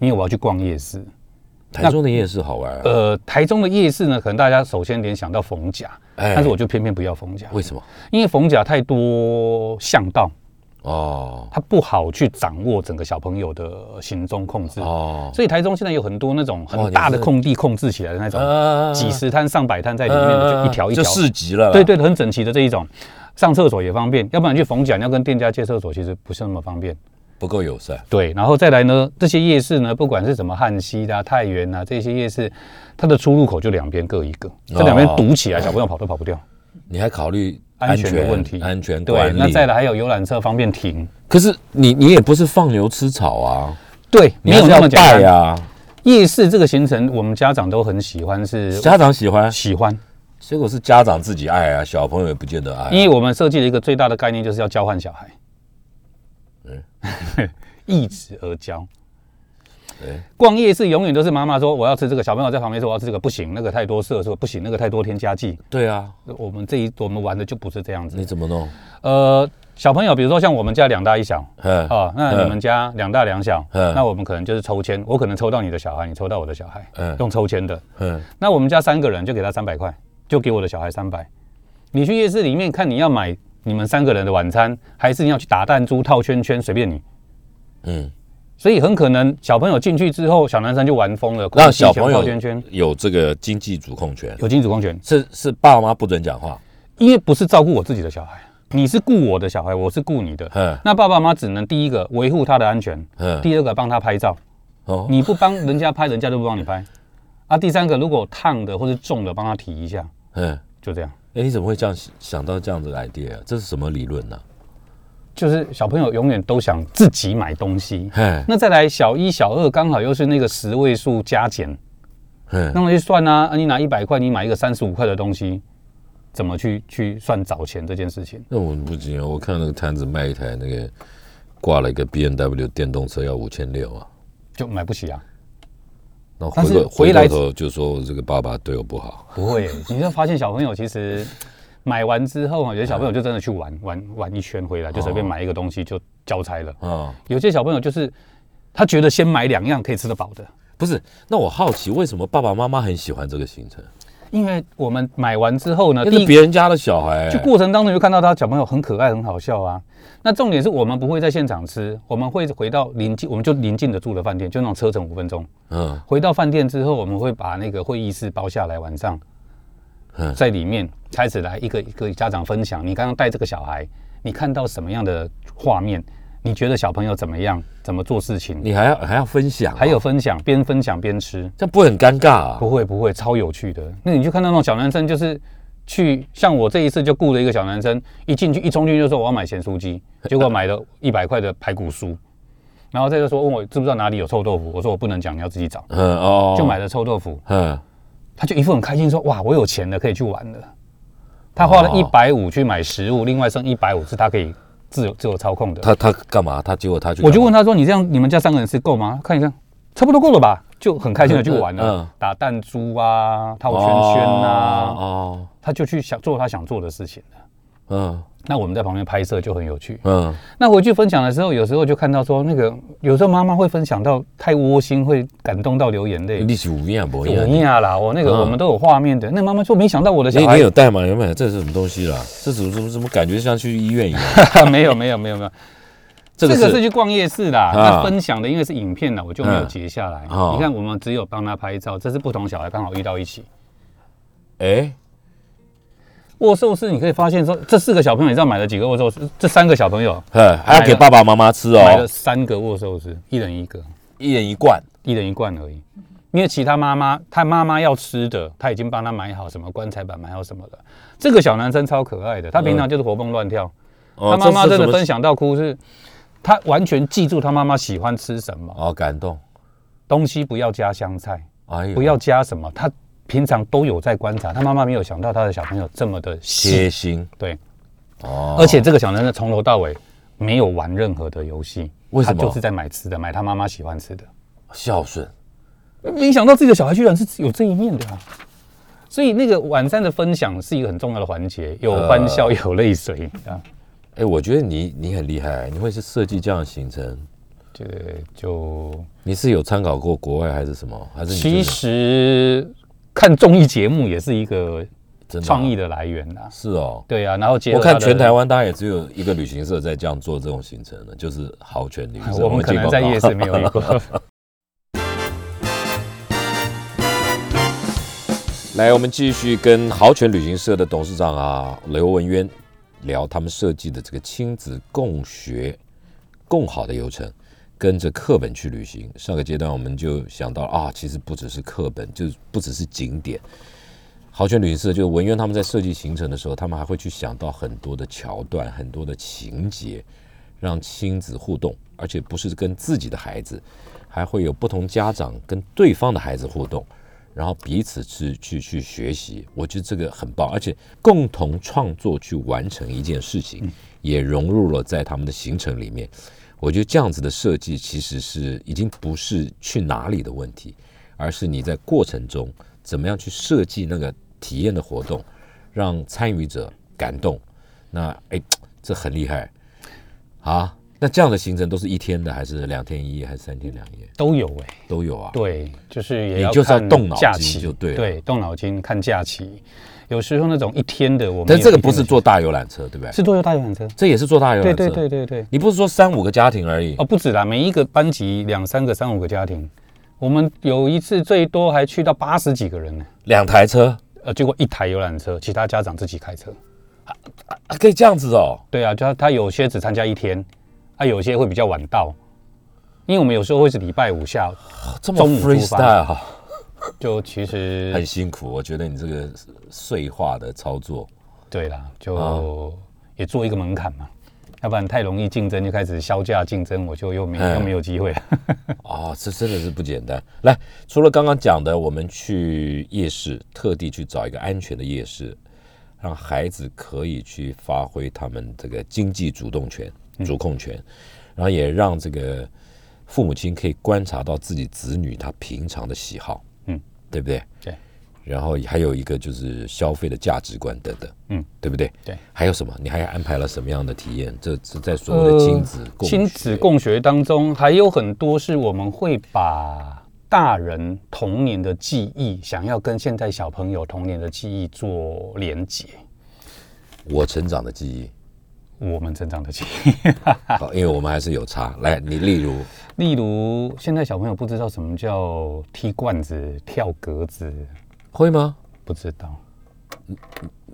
C: 因为我要去逛夜市。
B: 台中的夜市好玩啊，
C: 呃，台中的夜市呢，可能大家首先联想到逢甲，
B: 哎
C: 但是我就偏偏不要逢甲，
B: 为什么？
C: 因为逢甲太多巷道， (laughs)
B: 哦
C: 它不好去掌握整个小朋友的行踪控制。
B: 哦，
C: 所以台中现在有很多那种
B: 哦
C: 很
B: 你
C: 大的
B: 是
C: 空地控制起来的那种，
B: 啊
C: 几十摊、上百摊在里面的，就一条一条，
B: 就市集了啦，
C: 对对，很整齐的这一种。上厕所也方便，要不然你去逢甲你要跟店家借厕所，其实不是那么方便。
B: 不够友善。
C: 对，然后再来呢，这些夜市呢，不管是什么汉西啦、太原啊这些夜市，它的出入口就两边各一个，这两边
B: 哦
C: 堵起来，小朋友跑都跑不掉，
B: 你还考虑
C: 安全的问题，
B: 安全
C: 对
B: 管。理。
C: 那再来还有游览车方便停，
B: 可是你你也不是放牛吃草啊，
C: 对，
B: 你
C: 没
B: 还
C: 有
B: 是
C: 那
B: 要
C: 么简单
B: 带。啊。
C: 夜市这个行程，我们家长都很喜欢，是
B: 家长喜欢，
C: 喜欢，
B: 结果是家长自己爱啊，小朋友也不见得爱啊、
C: 因为我们设计了一个最大的概念，就是要交换小孩，一直而交
B: 哎。
C: 逛夜市永远都是妈妈说我要吃这个，小朋友在旁边说我要吃这个，不行，那个太多色素，不行，那个太多添加剂。
B: 对啊，
C: 我们这一我们玩的就不是这样子。
B: 你怎么弄？
C: 呃，小朋友，比如说像我们家两大一小，
B: 嗯
C: 啊，那你们家两大两小，
B: 嗯
C: 那我们可能就是抽签，我可能抽到你的小孩，你抽到我的小孩，
B: 嗯
C: 用抽签的。
B: 嗯，
C: 那我们家三个人就给他三百块，就给我的小孩三百。你去夜市里面看，你要买你们三个人的晚餐，还是你要去打弹珠、套圈圈，随便你。
B: 嗯，
C: 所以很可能小朋友进去之后，小男生就玩疯了，
B: 让小朋
C: 空气拳
B: 友
C: 套圈圈
B: 有这个经济主控权，
C: 有金主控权，
B: 是是爸妈不准讲话，
C: 因为不是照顾我自己的小孩，你是顾我的小孩，我是顾你的。
B: 嗯
C: 那爸爸妈妈只能第一个维护他的安全，
B: 嗯，
C: 第二个帮他拍照。
B: 哦，
C: 你不帮人家拍，人家就不帮你拍。啊，第三个如果烫的或者重的，帮他提一下，
B: 嗯，哎、
C: 就这样。
B: 你怎么会这样想想到这样子的 idea？啊这是什么理论呢、
C: 就是小朋友永远都想自己买东西。
B: 嘿，
C: 那再来小一、小二，刚好又是那个十位数加减，那
B: 嗯，
C: 么去算啊，啊你拿一百块，你买一个三十五块的东西，怎么去去算找钱这件事情？
B: 那我们不行啊，我看那个摊子卖一台那个挂了一个 B N W 电动车要五千六啊，
C: 就买不起啊。
B: 那
C: 但
B: 回
C: 是
B: 过
C: 回
B: 回
C: 来
B: 过头就说这个爸爸对我不好，
C: 不会，你就发现小朋友其实买完之后啊，有些小朋友就真的去玩玩玩一圈回来，就随便买一个东西就交差了。
B: 啊、
C: 有些小朋友就是他觉得先买两样可以吃得饱的，
B: 不是，那我好奇为什么爸爸妈妈很喜欢这个行程？
C: 因为我们买完之后呢，
B: 那
C: 啊第
B: 是
C: 一
B: 别人家的小孩、
C: 就过程当中就看到他小朋友很可爱很好笑啊。那重点是我们不会在现场吃，我们会回到临近，我们就临近的住的饭店，就那种车程五分钟。
B: 嗯
C: 回到饭店之后，我们会把那个会议室包下来，晚上
B: 嗯
C: 在里面开始来一个一个家长分享，你刚刚带这个小孩，你看到什么样的画面？你觉得小朋友怎么样？怎么做事情？
B: 你还要还要分享、啊
C: 还有分享，边分享边吃，
B: 这样不会很尴尬啊？
C: 不会不会，超有趣的。那你就看到那种小男生，就是去像我这一次就雇了一个小男生，一进去一冲进去就说我要买咸酥鸡，结果买了一百块的排骨酥，然后再就说问我知不知道哪里有臭豆腐，我说我不能讲，你要自己找，
B: 嗯哦，
C: 就买了臭豆腐，
B: 嗯
C: 他就一副很开心说哇我有钱了可以去玩了，他花了一
B: 哦
C: 百五去买食物，另外剩一百五是他可以自由自由操控的。
B: 他他干嘛？他结果他去
C: 我就问他说：“你这样，你们家三个人吃够吗？看一看，差不多够了吧？”就很开心的去玩了，
B: 嗯嗯
C: 打弹珠啊，套圈圈啊，
B: 哦
C: 他就去想做他想做的事情了。
B: 哦
C: 那我们在旁边拍摄就很有趣。
B: 嗯
C: 那回去分享的时候，有时候就看到说，那个有时候妈妈会分享到太窝心，会感动到流眼泪
B: 嗯，。你是无样不一
C: 我
B: 样？
C: 呀啦，我那个
B: 嗯
C: 我们都有画面的。那妈妈说，没想到我的
B: 你
C: 小
B: 你
C: 孩 (laughs)
B: 有带吗？有没有？这是什么东西啦？这怎么怎么怎么感觉像去医院一样？
C: 啊没有没有没有没有，
B: 这个
C: 是
B: 是
C: 去逛夜市啦。
B: 啊
C: 那分享的因为是影片啦，我就没有截下来。
B: 哦
C: 你看，我们只有帮他拍照，这是不同小孩刚好遇到一起。
B: 哎，
C: 握寿司，你可以发现说，这四个小朋友你知道买了几个握寿司？这三个小朋友
B: 呵还要给爸爸妈妈吃
C: 买了
B: 哦，
C: 三个握寿司，一人一个，
B: 一人一罐。
C: 一人一罐而已。因为其他妈妈，她妈妈要吃的，她已经帮她买好什么棺材板，买好什么了。这个小男生超可爱的，他平常就是活蹦乱跳。
B: 哦
C: 他妈妈
B: 这是
C: 真的
B: 什么
C: 分享到哭是，他完全记住他妈妈喜欢吃什么
B: 哦，感动。
C: 东西，不要加香菜，
B: 哎呦，
C: 不要加什么。他平常都有在观察，他妈妈没有想到他的小朋友这么的
B: 贴
C: 细。
B: 心
C: 对，
B: 哦。
C: 而且这个小男生从头到尾没有玩任何的游戏，
B: 为什么
C: 他就是在买吃的，买他妈妈喜欢吃的。
B: 孝顺，
C: 没想到自己的小孩居然是有这一面的啊！所以那个晚餐的分享是一个很重要的环节，有欢笑，有泪水啊。
B: 哎，我觉得你你很厉害，你会是设计这样的行程。
C: 这个就
B: 你是有参考过国外还是什么？还是你
C: 其
B: 真的
C: 实看综艺节目也是一个
B: 真的啊
C: 创意的来源啊。
B: 是哦，
C: 对啊，然后结合
B: 我看
C: 它的
B: 全台，湾大概也只有一个旅行社在这样做这种行程的，就是豪泉旅行社。
C: (laughs) 我们可能
B: 进
C: 在
B: 广告
C: 夜市没有遇 (laughs) 过。
B: 来，我们继续跟豪泉旅行社的董事长啊刘文渊聊他们设计的这个亲子共学、共好的流程，跟着课本去旅行。上个阶段我们就想到啊，其实不只是课本，就是不只是景点。豪泉旅行社就是文渊他们在设计行程的时候，他们还会去想到很多的桥段、很多的情节，让亲子互动，而且不是跟自己的孩子，还会有不同家长跟对方的孩子互动，然后彼此去去去学习。我觉得这个很棒，而且共同创作去完成一件事
C: 嗯
B: 情，也融入了在他们的行程里面。我觉得这样子的设计其实是已经不是去哪里的问题，而是你在过程中怎么样去设计那个体验的活动，让参与者感动。那哎，这很厉害啊！那这样的行程都是一天的，还是两天一夜，还是三天两夜
C: 都有哎、
B: 都有啊？
C: 对，就是也要
B: 你就是要
C: 看
B: 动脑筋
C: 假期
B: 就对了
C: 对，动脑筋看假期。有时候那种一天的，我们
B: 但
C: 也
B: 这个
C: 一定
B: 不是
C: 得
B: 坐大游览车，对不对？
C: 是坐游大游览车，
B: 这也是啊坐大游
C: 对
B: 览车。
C: 对对对对。
B: 你不是说三五个家庭而已？
C: 哦，不止啦，每一个班级两三个、三五个家庭，我们有一次最多还去到八十几个人呢。
B: 两台车、
C: 呃，结果一台游览车，其他家长自己开车。
B: 啊可以这样子哦。
C: 对啊，就他他有些只参加一天，啊，有些会比较晚到，因为我们有时候会是礼拜五下，
B: 这么
C: 中午出发
B: freestyle 哈、
C: 就其实
B: 很辛苦。我觉得你这个碎化的操作，
C: 对啦，
B: 哦
C: 就也做一个门槛嘛，要不然太容易竞争，就开始销价竞争，我就又没
B: 嗯
C: 又没有机会了。
B: 哦，这真的是不简单。来，除了刚刚讲的，我们去夜市，特地去找一个安全的夜市，让孩子可以去发挥他们这个经济主动权、
C: 嗯
B: 主控权，然后也让这个父母亲可以观察到自己子女他平常的喜好，
C: 嗯，
B: 对不对？
C: 对。
B: 然后还有一个就是消费的价值观等等，
C: 嗯，
B: 对不对？
C: 对。
B: 还有什么？你还安排了什么样的体验？这这在所谓的亲子共
C: 呃亲
B: 学
C: 子共学当中，还有很多是我们会把大人童年的记忆，想要跟现在小朋友童年的记忆做连结。
B: 我成长的记忆。
C: 我们成长的记
B: (laughs)
C: 忆，
B: 好，因为我们还是有差。来，你例如
C: 例如现在小朋友不知道什么叫踢罐子、跳格子，
B: 会吗？
C: 不知道，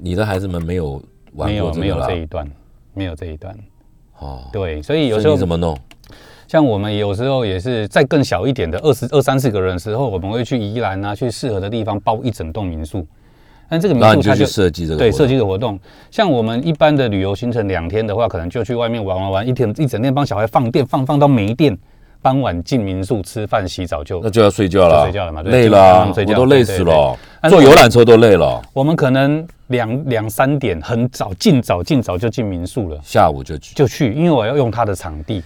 B: 你的孩子们没有玩
C: 没
B: 过
C: 有
B: 这
C: 没
B: 个
C: 有
B: 啦
C: 这一段，没有这一段。
B: 哦，
C: 对，所以有
B: 所
C: 时
B: 以
C: 候
B: 你怎么弄？
C: 像我们有时候也是再更小一点的二十二三十个人的时候，我们会去宜兰啊，去适合的地方包一整栋民宿。但这个民
B: 然后
C: 宿
B: 你就
C: 它
B: 去
C: 就
B: 设计这个
C: 对
B: 活
C: 设
B: 动
C: 计的活动，像我们一般的旅游行程两天的话，可能就去外面玩玩玩，一天一整天帮小孩放电，放放到没电，傍晚进民宿吃饭洗澡就
B: 那。就要睡觉了，
C: 就睡觉了嘛对
B: 累
C: 基
B: 了
C: 本
B: 啊，
C: 上睡觉
B: 我都累死了
C: 对对对，
B: 坐游览车都累了，
C: 我们可能两两三点很早，尽早尽早就进民宿了，
B: 下午就去。
C: 就去，因为我要用它的场地，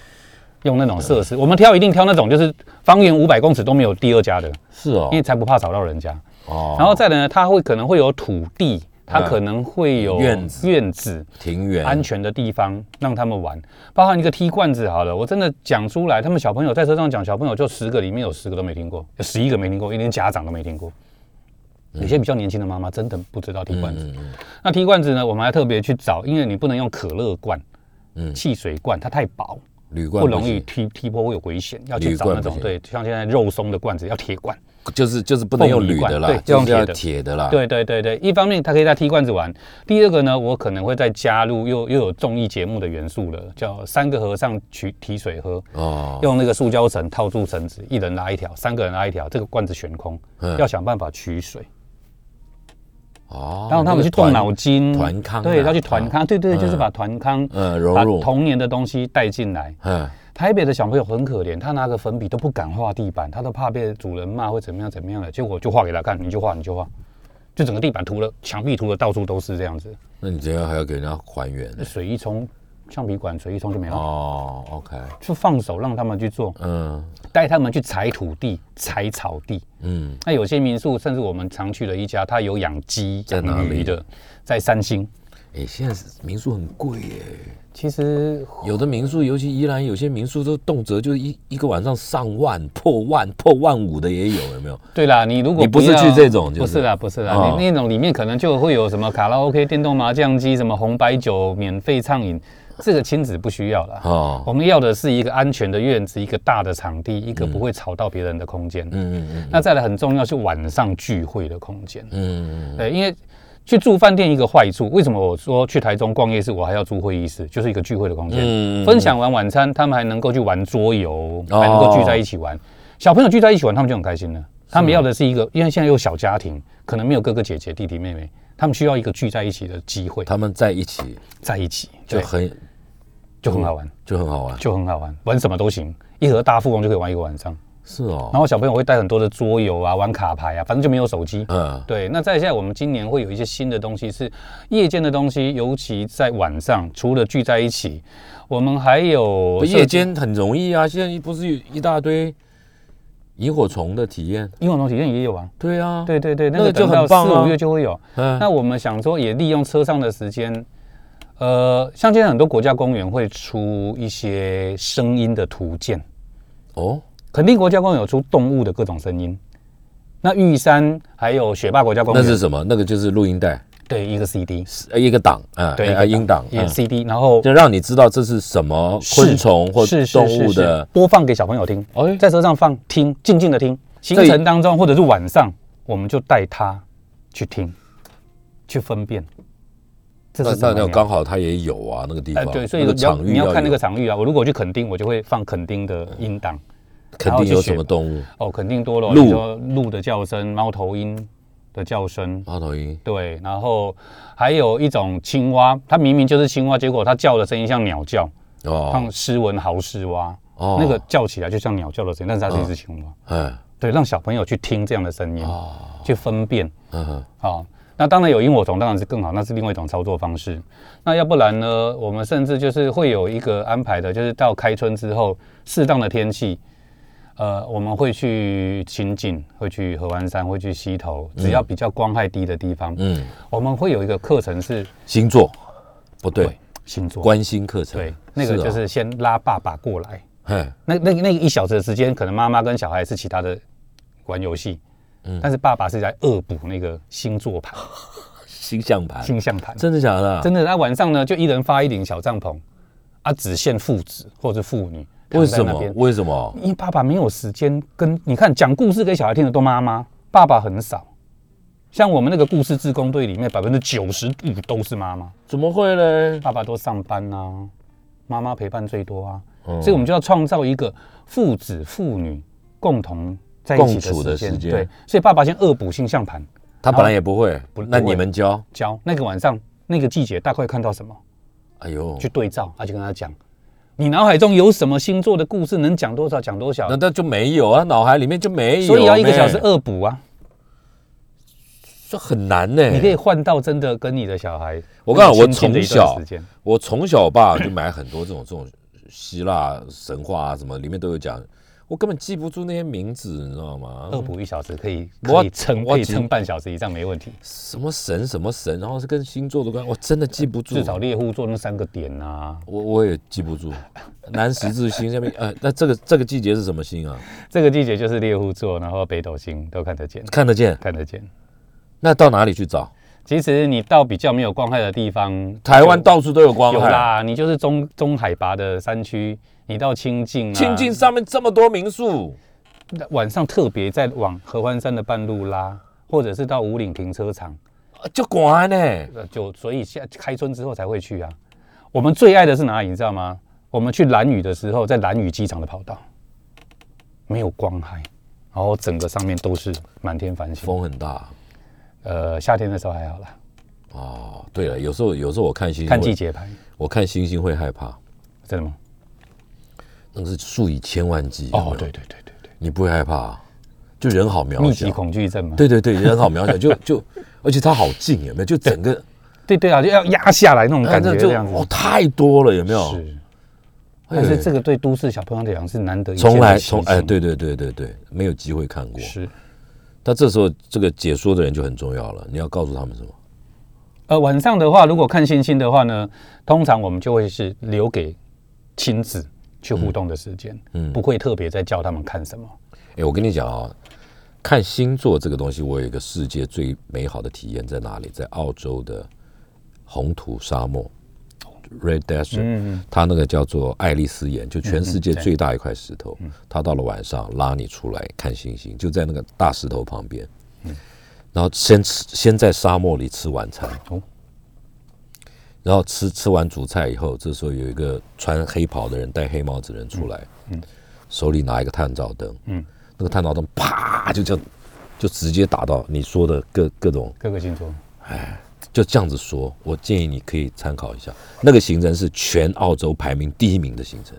C: 用那种设施，我们挑一定挑那种就是方圆五百公尺都没有第二家的。
B: 是哦
C: 因，为才不怕吵到人家。
B: 哦，嗯
C: 然后再来呢，它会可能会有土地，它可能会有
B: 院子
C: 院子
B: 庭园
C: 安全的地方让他们玩，包含一个踢罐子好了。我真的讲出来，他们小朋友在车上讲，小朋友就十个里面有十个都没听过，有十一个没听过，连家长都没听过。
B: 嗯
C: 有些比较年轻的妈妈真的不知道踢罐子。那踢罐子呢，我们还特别去找，因为你不能用可乐罐、
B: 嗯
C: 汽水罐，它太薄，
B: 旅馆
C: 不容易
B: 行，
C: 踢踢破会有危险，要去
B: 铝
C: 找
B: 罐
C: 那
B: 不
C: 种
B: 行
C: 对，像现在肉松的罐子要铁罐。
B: 就是就是不能用铝的啦
C: 凤梨，罐对
B: 就是要
C: 用铁的
B: 铁的啦。
C: 对对对对，一方面它可以在踢罐子玩，第二个呢，我可能会再加入又又有综艺节目的元素了，叫三个和尚取提水喝，
B: 哦，
C: 用那个塑胶绳套住绳子，一人拉一条，三个人拉一条，这个罐子悬空，
B: 嗯
C: 要想办法取水，
B: 哦，
C: 然后他们去动脑筋，
B: 那个团团康啊
C: 对，要去团康，对对，对就是把团康，
B: 呃融
C: 把
B: 入，
C: 童年的东西带进来。
B: 嗯，
C: 台北的小朋友很可怜，他拿个粉笔都不敢画地板，他都怕被主人骂或怎么样怎么样的。结果我就画给他看，你就画，你就画，就整个地板涂了，墙壁涂的到处都是这样子。
B: 那你这样还要给人家还原
C: (laughs)
B: 呢
C: 水一冲，橡皮管水一冲就没了，
B: 哦，OK，
C: 就放手让他们去做，
B: 嗯
C: 带他们去踩土地、踩草地。
B: 嗯，
C: 那有些民宿，甚至我们常去的一家，它有养鸡、
B: 在哪
C: 养
B: 里
C: 鱼的，在三星。
B: 哎，现在是民宿很贵耶，
C: 其实
B: 有的民宿，尤其宜兰，有些民宿都动辄就一一个晚上上万、破万、破万五的也有，有没有？
C: 对啦，你如果
B: 你不是
C: 要
B: 去这种就是
C: 不是啦，不是啦，
B: 哦
C: 你那种里面可能就会有什么卡拉 OK、电动麻将机、什么红白酒、免费畅饮，这个亲子不需要啦。
B: 哦，
C: 我们要的是一个安全的院子，一个大的场地，一个不会吵到别人的空间。
B: 嗯嗯嗯
C: 那再来很重要是晚上聚会的空间，
B: 嗯嗯
C: 对，因为去住饭店一个坏处，为什么我说去台中逛夜市，我还要租会议室，就是一个聚会的空间。
B: 嗯
C: 分享完晚餐，他们还能够去玩桌游，
B: 哦
C: 还能够聚在一起玩。小朋友聚在一起玩，他们就很开心了。他
B: 啊
C: 们要的是一个，因为现在有小家庭，可能没有哥哥姐姐、弟弟妹妹，他们需要一个聚在一起的机会，
B: 他们在一起
C: 在一起
B: 就
C: 对
B: 很
C: 就很好玩，
B: 就很好玩，
C: 就很好玩，玩什么都行，一盒大富翁就可以玩一个晚上。
B: 是哦，
C: 然后小朋友会带很多的桌游啊、玩卡牌啊，反正就没有手机。
B: 嗯，
C: 对，那再下来，我们今年会有一些新的东西，是夜间的东西，尤其在晚上，除了聚在一起，我们还有
B: 不哦夜
C: 设计
B: 间很容易啊，现在不是有一大堆萤火虫的体验？
C: 英文同体验也有啊。
B: 对啊，，
C: 对对对，
B: 那
C: 那
B: 个
C: 个
B: 就
C: 就
B: 很
C: 很
B: 棒啊
C: 四五月就会有。
B: 嗯，
C: 那我们想说，也利用车上的时间，呃，像现在很多国家公园会出一些声音的图鉴，
B: 哦，
C: 肯定国家公园有出动物的各种声音。那玉山还有雪霸国家公
B: 那
C: 园，
B: 是什么？那个就是录音带，
C: 对一个 CD，
B: 是一个档啊，
C: 对
B: 哎
C: 一
B: 啊，
C: 个
B: 音档，
C: 也
B: 嗯
C: CD，然后
B: 就让你知道这是什么昆虫或
C: 是是
B: 动
C: 是
B: 物
C: 是
B: 的。
C: 播放给小朋友听，
B: 哎
C: 在车上放听，静静的听。行
B: 这
C: 程当中或者是晚上，我们就带他去听，去分辨。这
B: 那
C: 是
B: 那
C: 什么
B: 那
C: 鸟？
B: 刚好它也有啊，那个地
C: 哎、
B: 方，
C: 对，所以
B: 那个
C: 你要
B: 场域
C: 你要看那
B: 有
C: 个场域啊。我如果去垦丁，我就会放垦丁的音档。
B: 肯定有什么动物，
C: 哦，垦丁多了，
B: 鹿
C: 比如说鹿的叫声、猫头鹰的叫声，
B: 猫头鹰，
C: 对，然后还有一种青蛙，它明明就是青蛙，结果它叫的声音像鸟叫，
B: 哦
C: 像斯文豪氏蛙。
B: 哦
C: 那个叫起来就像鸟叫的声音，但是它是一只青蛙。
B: 哎
C: 对，让小朋友去听这样的声音，去分辨
B: 嗯哼
C: 啊。那当然有萤火虫，当然是更好，那是另外一种操作方式。那要不然呢？我们甚至就是会有一个安排的，就是到开春之后，适当的天气，呃，我们会去清境，会去合欢山，会去溪头，只要比较光害低的地方，
B: 嗯，
C: 我们会有一个课程是
B: 星座不对，
C: 星座，
B: 关心课程，
C: 对，那个
B: 啊
C: 就是先拉爸爸过来，
B: 哎
C: 那那那一小时的时间，可能妈妈跟小孩是其他的玩游戏，
B: 嗯
C: 但是爸爸是在恶补那个星座盘、
B: 星象盘，
C: 星象盘。
B: 真的假的啊？
C: 真的，他晚上呢就一人发一顶小帐篷，啊，只限父子或者妇女。
B: 为什
C: 躺在那
B: 么
C: 边？
B: 为什么？
C: 因为爸爸没有时间跟你看讲故事给小孩听的都妈妈，爸爸很少。像我们那个故事志工队里面，百分之九十五都是妈妈，
B: 怎么会呢？
C: 爸爸都上班啊，妈妈陪伴最多啊，
B: 哦嗯
C: 所以我们就要创造一个父子父女共同在一起
B: 共处的
C: 的时
B: 时
C: 间。
B: 间
C: 对，所以爸爸先恶补星象盘
B: 他本来也不会，
C: 不
B: 那
C: 不会
B: 你们教？
C: 教那个晚上那个季节大概看到什么，
B: 哎呦
C: 去，对照，他就跟他讲，你脑海中有什么星座的故事，能讲多少讲多少
B: 那，那就没有啊，脑海里面就没有，
C: 所以要一个小时
B: 妹
C: 恶补啊，
B: 这很难呢。
C: 你可以换到真的跟你的小孩。
B: 我告诉你
C: 那个亲近的一
B: 我
C: 段
B: 从小
C: 时间
B: 我从小我爸就买很多这种这种希腊神话啊什么，里面都有讲，我根本记不住那些名字，你知道吗？
C: 恶补一小时可以
B: 嗯我
C: 可以撑
B: 我
C: 可以
B: 几
C: 撑半小时以上没问题，
B: 什么神什么神，然后是跟星座的关，我真的记不住。
C: 呃至少猎户座那三个点啊，
B: 我我也记不住。南十字星下面，呃，那这个这个季节是什么星啊？
C: 这个季节就是猎户座，然后北斗星都看得见，
B: 看得见。
C: 看得见。
B: 那到哪里去找？
C: 其实你到比较没有光害的地方，
B: 台湾到处都有光
C: 有
B: 害。
C: 啦，你就是中中海拔的山区，你到清境啊，
B: 清境上面这么多民宿，
C: 晚上特别在往合欢山的半路拉，或者是到五岭停车场，
B: 呃就广呢。
C: 呃，就所以现在开春之后才会去啊。我们最爱的是哪里，你知道吗？我们去兰屿的时候，在兰屿机场的跑道，没有光害，然后整个上面都是满天繁星。
B: 风很大。
C: 呃，夏天的时候还好啦，
B: 哦，对了，有时候有时候我看星星，
C: 看季，节拍，
B: 我看星星会害怕，
C: 真的吗？
B: 那个是数以千万计。有没
C: 哦
B: 有，
C: 对对对对对，
B: 你不会害怕啊，就人好渺
C: 密集
B: 小。
C: 恐惧症嘛。
B: 对对对，人好渺小，就就，而且它好近，有没有？就整个
C: 对对啊，就要压下来那种 (laughs) 感
B: 啊
C: 觉，
B: 那就
C: 这样子。
B: 哦，太多了，有没有？
C: 是，
B: 哎
C: 但是这个对都市小朋友来讲是难得一见的
B: 从来
C: 奇
B: 从
C: 景
B: 哎，对对对对对，没有机会看过。
C: 是。
B: 但这时候这个解说的人就很重要了，你要告诉他们什么？
C: 呃，晚上的话，如果看星星的话呢，通常我们就会是留给亲子去互动的时间，
B: 嗯嗯
C: 不会特别再教他们看什么。
B: 哎，我跟你讲啊，看星座这个东西，我有一个世界最美好的体验在哪里？在澳洲的红土沙漠 （Red Desert），、
C: 嗯，
B: 它那个叫做爱丽丝岩，就全世界
C: 嗯嗯对嗯
B: 最大一块石头。
C: 嗯
B: 它到了晚上拉你出来看星星，就在那个大石头旁边。然后先吃先在沙漠里吃晚餐，
C: 哦
B: 然后吃吃完主菜以后，这时候有一个穿黑袍的人、戴黑帽子的人出来，手里拿一个探照灯，
C: 嗯
B: 那个探照灯啪就这样，就直接打到你说的各各种，
C: 各个星座
B: 就这样子说。我建议你可以参考一下，那个行程是全澳洲排名第一名的行程。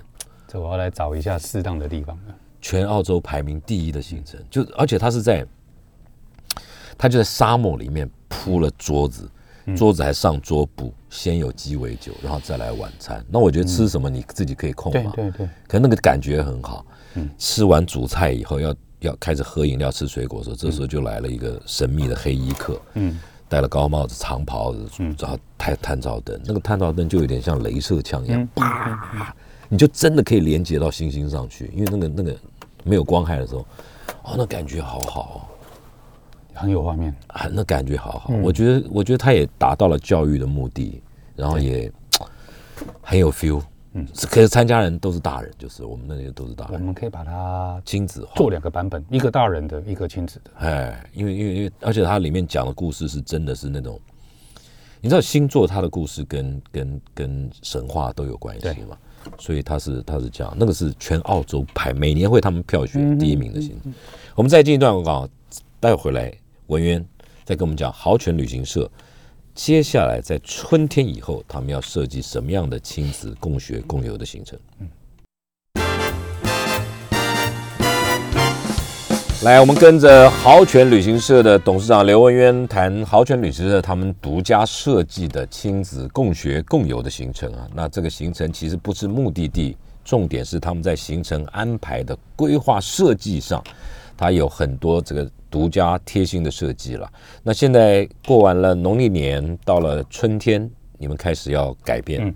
C: 这我要来找一下适当的地方了。
B: 全澳洲排名第一的行程，就而且它是在，它就在沙漠里面铺了桌子，
C: 嗯
B: 桌子还上桌布，先有鸡尾酒，然后再来晚餐。那我觉得吃什么你自己可以控
C: 嗯对
B: 嘛，
C: 对对，
B: 可能那个感觉很好。
C: 嗯
B: 吃完主菜以后要要开始喝饮料吃水果的时候，这时候就来了一个神秘的黑衣客，
C: 嗯，
B: 戴了高帽子、长袍子，然后探探照灯，那个探照灯就有点像镭射枪一样，
C: 嗯
B: 啪，你就真的可以连接到星星上去，因为那个那个没有光害的时候，哦，那感觉好好
C: 很有画面。
B: 哦，啊，那感觉好好。
C: 嗯
B: 我觉得，我觉得他也达到了教育的目的，然后也很有 feel。嗯，可是参加人都是大人，就是我们那些都是大
C: 我
B: 人，
C: 们可以把它
B: 亲子化。
C: 做两个版本，一个大人的，一个亲子的。
B: 哎，因为因为因为，而且它里面讲的故事是真的是那种，你知道星座它的故事跟跟跟神话都有关系嘛，所以它是它是这样，那个是全澳洲排每年会他们票选第一名的星。我们再进一段广告，待会回来文渊再跟我们讲豪泉旅行社。接下来在春天以后，他们要设计什么样的亲子共学共游的行程？来，我们跟着豪泉旅行社的董事长刘文渊谈豪泉旅行社他们独家设计的亲子共学共游的行程啊。那这个行程其实不是目的地，重点是他们在行程安排的规划设计上，它有很多这个独家贴心的设计了。那现在过完了农历年，到了春天，你们开始要改变，
C: 嗯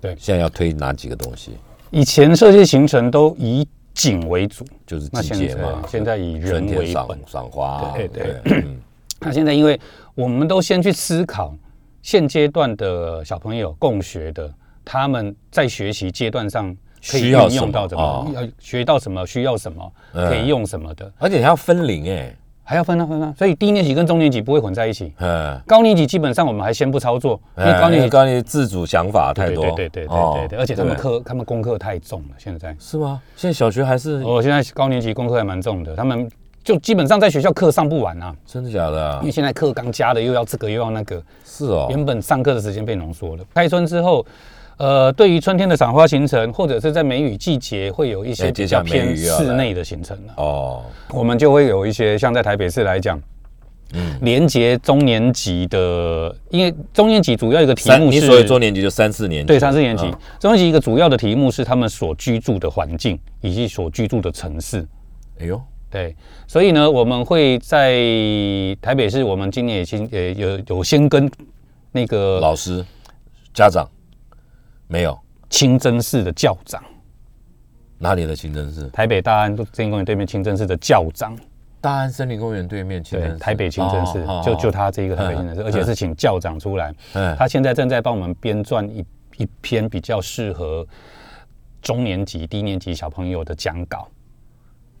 C: 对
B: 现在要推哪几个东西？
C: 以前设计行程都以景为主，
B: 就是
C: 那
B: 季
C: 现
B: 节
C: 在
B: 嘛，
C: 现在以人
B: 春天
C: 为
B: 赏
C: 本
B: 赏花，
C: 对对
B: 嗯
C: 那现在因为我们都先去思考现阶段的小朋友共学的，他们在学习阶段上可以
B: 需要
C: 运用到
B: 什
C: 什
B: 么啊嗯
C: 么，要学到什么，需要什么，可以用什么的，
B: 而且还要分龄哎、
C: 还要分啊分啊。所以低年级跟中年级不会混在一起，
B: 嗯，
C: 高年级基本上我们还先不操作，因为
B: 哎
C: 高年级
B: 高年级自主想法太
C: 对
B: 多，
C: 对对对对
B: 哦
C: 对对，而且他们
B: 对
C: 课他们功课太重了，现在。哦
B: 是吗？现在小学还是、
C: 我现在高年级功课还蛮重的，他们就基本上在学校课上不完啊，
B: 真的假的啊
C: 因为？现在课刚加的，又要这个又要那个，
B: 是哦，
C: 原本上课的时间被浓缩了。开春之后，呃，对于春天的赏花行程，或者是在梅雨季节，会有一
B: 哎
C: 些
B: 接
C: 比
B: 下
C: 较
B: 来梅雨
C: 偏
B: 要来
C: 室内的行程了、
B: 哦，
C: 我们就会有一些像在台北市来讲。嗯连接中年级的，因为中年级主要一个题
B: 三
C: 目
B: 你
C: 是
B: 所谓中年级就三四年级，
C: 对，三四年级
B: 嗯，
C: 中年级一个主要的题目是他们所居住的环境以及所居住的城市。
B: 哎呦，
C: 对，所以呢，我们会在台北市，我们今年也先也有有先跟那个
B: 老师、家长没有
C: 清真寺的教长，
B: 哪里的清真寺？
C: 台北大安森林公园对面清真寺的教长，
B: 大安森林公园对面清真
C: 对
B: 寺，，
C: 台北清真寺
B: 哦，嗯哎
C: 就就，他这一个台北清真寺，而且是请教长出来，他现在正在帮我们编撰一一篇比较适合中年级、低年级小朋友的讲稿，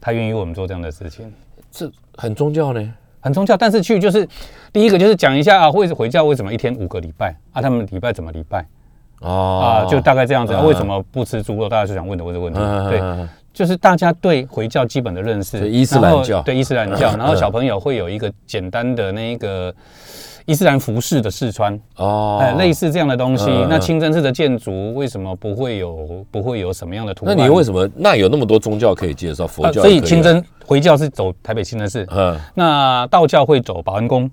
C: 他愿意为我们做这样的事情。
B: 这很宗教呢。
C: 很宗教，但是去就是第一个就是讲一下啊，为回教为什么一天五个礼拜啊？他们礼拜怎么礼拜
B: 哦
C: 啊？就大概这样子。啊
B: 嗯
C: 为什么不吃猪肉？大家就想问的问这个问题。
B: 嗯
C: 对，就是大家对回教基本的认识
B: 所，以伊斯兰
C: 然后
B: 教嗯
C: 对伊斯兰教，然后小朋友会有一个简单的那一个伊斯兰服饰的试穿，哎
B: 哦，，
C: 类似这样的东西
B: 嗯嗯。
C: 那清真寺的建筑为什么不会有不会有什么样的图
B: 那
C: 案？
B: 你为什么那有那么多宗教可以介绍？佛
C: 呃
B: 教
C: 所
B: 也
C: 以
B: 可
C: 清
B: 啊，
C: 真回教是走台北清真寺，
B: 嗯，
C: 那道教会走保安宫。啊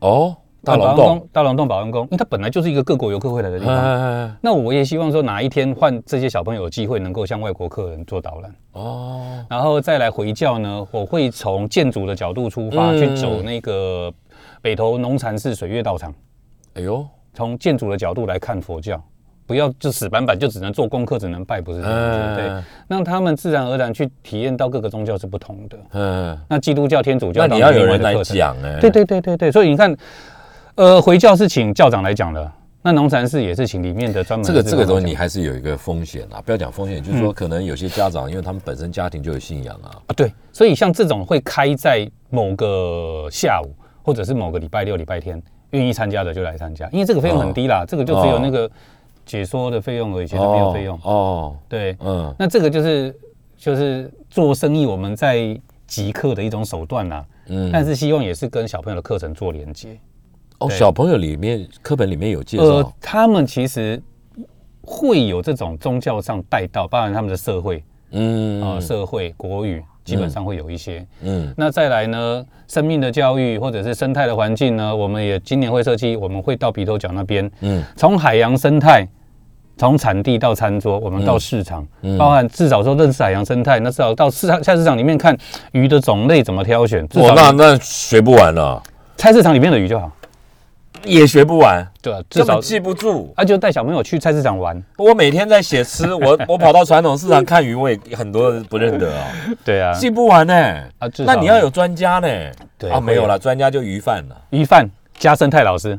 B: 哦，大
C: 保
B: 龙
C: 安
B: 洞，
C: 宫，大龙洞保安宫，因为它本来就是一个各国游客会来的地
B: 哎
C: 方。
B: 哎哎
C: 那我也希望说哪一天换这些小朋友有机会能够向外国客人做导览，
B: 哦，
C: 然后再来回教呢，我会从建筑的角度出发、
B: 嗯
C: 去走那个北投农禅寺水月道场，
B: 哎呦，
C: 从建筑的角度来看佛教，不要就死板板就只能做功课，只能拜，不是这样子，
B: 嗯
C: 对，让他们自然而然去体验到各个宗教是不同的。
B: 嗯，
C: 那基督教、天主教
B: 那
C: 当
B: 你
C: 然
B: 要
C: 另
B: 有
C: 外
B: 人
C: 的
B: 来
C: 课程
B: 讲哎，
C: 对，对对对对，所以你看，呃，回教是请教长来讲的，那农禅寺也是请里面的专门
B: 这个
C: 的
B: 这个
C: 志
B: 东
C: 工来
B: 西
C: 讲
B: 你还是有一个风险啊，不要讲风险，
C: 嗯
B: 就是说可能有些家长因为他们本身家庭就有信仰啊，
C: 啊，对，所以像这种会开在某个下午。或者是某个礼拜六、礼拜天愿意参加的就来参加，因为这个费用很低啦，这个就只有那个解说的费用而已，其实没有费用。
B: 哦哦，
C: 对，
B: 嗯，
C: 那这个就是就是做生意我们在极客的一种手段啦。嗯，但是希望也是跟小朋友的课程做连接。
B: 哦，
C: 对
B: 小朋友里面课本里面有介
C: 呃
B: 绍，，
C: 他们其实会有这种宗教上带到，包含他们的社会
B: 嗯
C: 啊、呃社会国语基本上会有一些。
B: 嗯
C: 那再来呢，生命的教育或者是生态的环境呢，我们也今年会设计，我们会到鼻头角那边，
B: 嗯
C: 从海洋生态。从产地到餐桌，我们到市场，包含至少说认识海洋生态，那至少到市场菜市场里面看鱼的种类怎么挑选，至
B: 哇，那
C: 少
B: 那学不完啊了，
C: 菜市场里面的鱼就好。
B: 也学不完，
C: 对啊，至
B: 根
C: 少
B: 本记不住。
C: 啊，就带小朋友去菜市场玩。
B: 我每天在写诗，我我跑到传统市场看鱼，我也很多人不认得啊，
C: 对啊，
B: 记不完呢。
C: 啊至少
B: 那你要有专家呢？
C: 对
B: 啊，
C: 会
B: 没
C: 有
B: 有了，专家就鱼贩了。
C: 鱼贩加生态老师，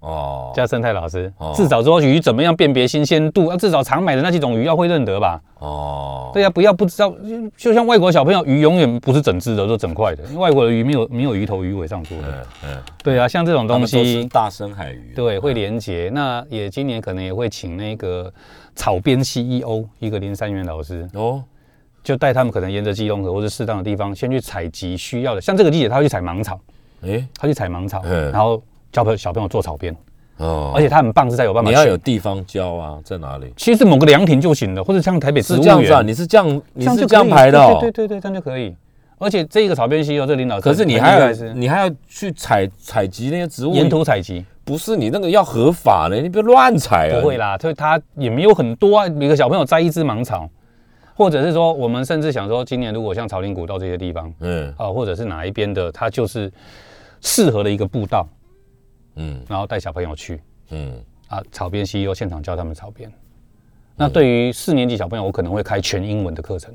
B: 哦，
C: 加生态老师
B: 哦，
C: 至少说鱼怎么样辨别新鲜度，啊，至少常买的那几种鱼要会认得吧？
B: 哦，
C: 对呀、啊不要不知道，就就像外国小朋友鱼永远不是整只的，都整块的，因为外国的鱼没有没有鱼头鱼尾上桌的。
B: 嗯嗯，
C: 对啊，像这种
B: 他
C: 东
B: 们都吃
C: 西，
B: 大深海鱼。嗯
C: 对，啊会连结。那也今年可能也会请那个草编 E CEO 一个林三元老师，
B: 哦，
C: 就带他们可能沿着基隆河或者适当的地方，先去采集需要的。像这个季节，他会去采芒草，
B: 诶，
C: 他去采芒草，
B: 嗯
C: 然后教朋友小朋友做草编，
B: 哦，
C: 而且他很棒，是在有办法
B: 你要
C: 选
B: 有地方教啊，在哪里？
C: 其实某个凉亭就行了，或者像台北植
B: 是
C: 物
B: 这样子啊？
C: 园，
B: 你是这样，你
C: 样就是可
B: 这样
C: 以
B: 排的哦。
C: 对对对对，这样就可以。而且这个草编哦西游，这林老师，
B: 可是你还
C: 很厉
B: 要
C: 害是
B: 你还要去采采集那些植物，
C: 沿途采集，
B: 不是你那个要合法的，你别乱采啊。
C: 不会啦，所以他也没有很多啊，每个小朋友摘一只芒草，或者是说，我们甚至想说，今年如果像草林古道这些地方
B: 嗯
C: 啊、或者是哪一边的，它就是适合的一个步道，
B: 嗯
C: 然后带小朋友去
B: 嗯，
C: 啊，草编西游现场教他们草编。
B: 嗯
C: 那对于四年级小朋友，我可能会开全英文的课程，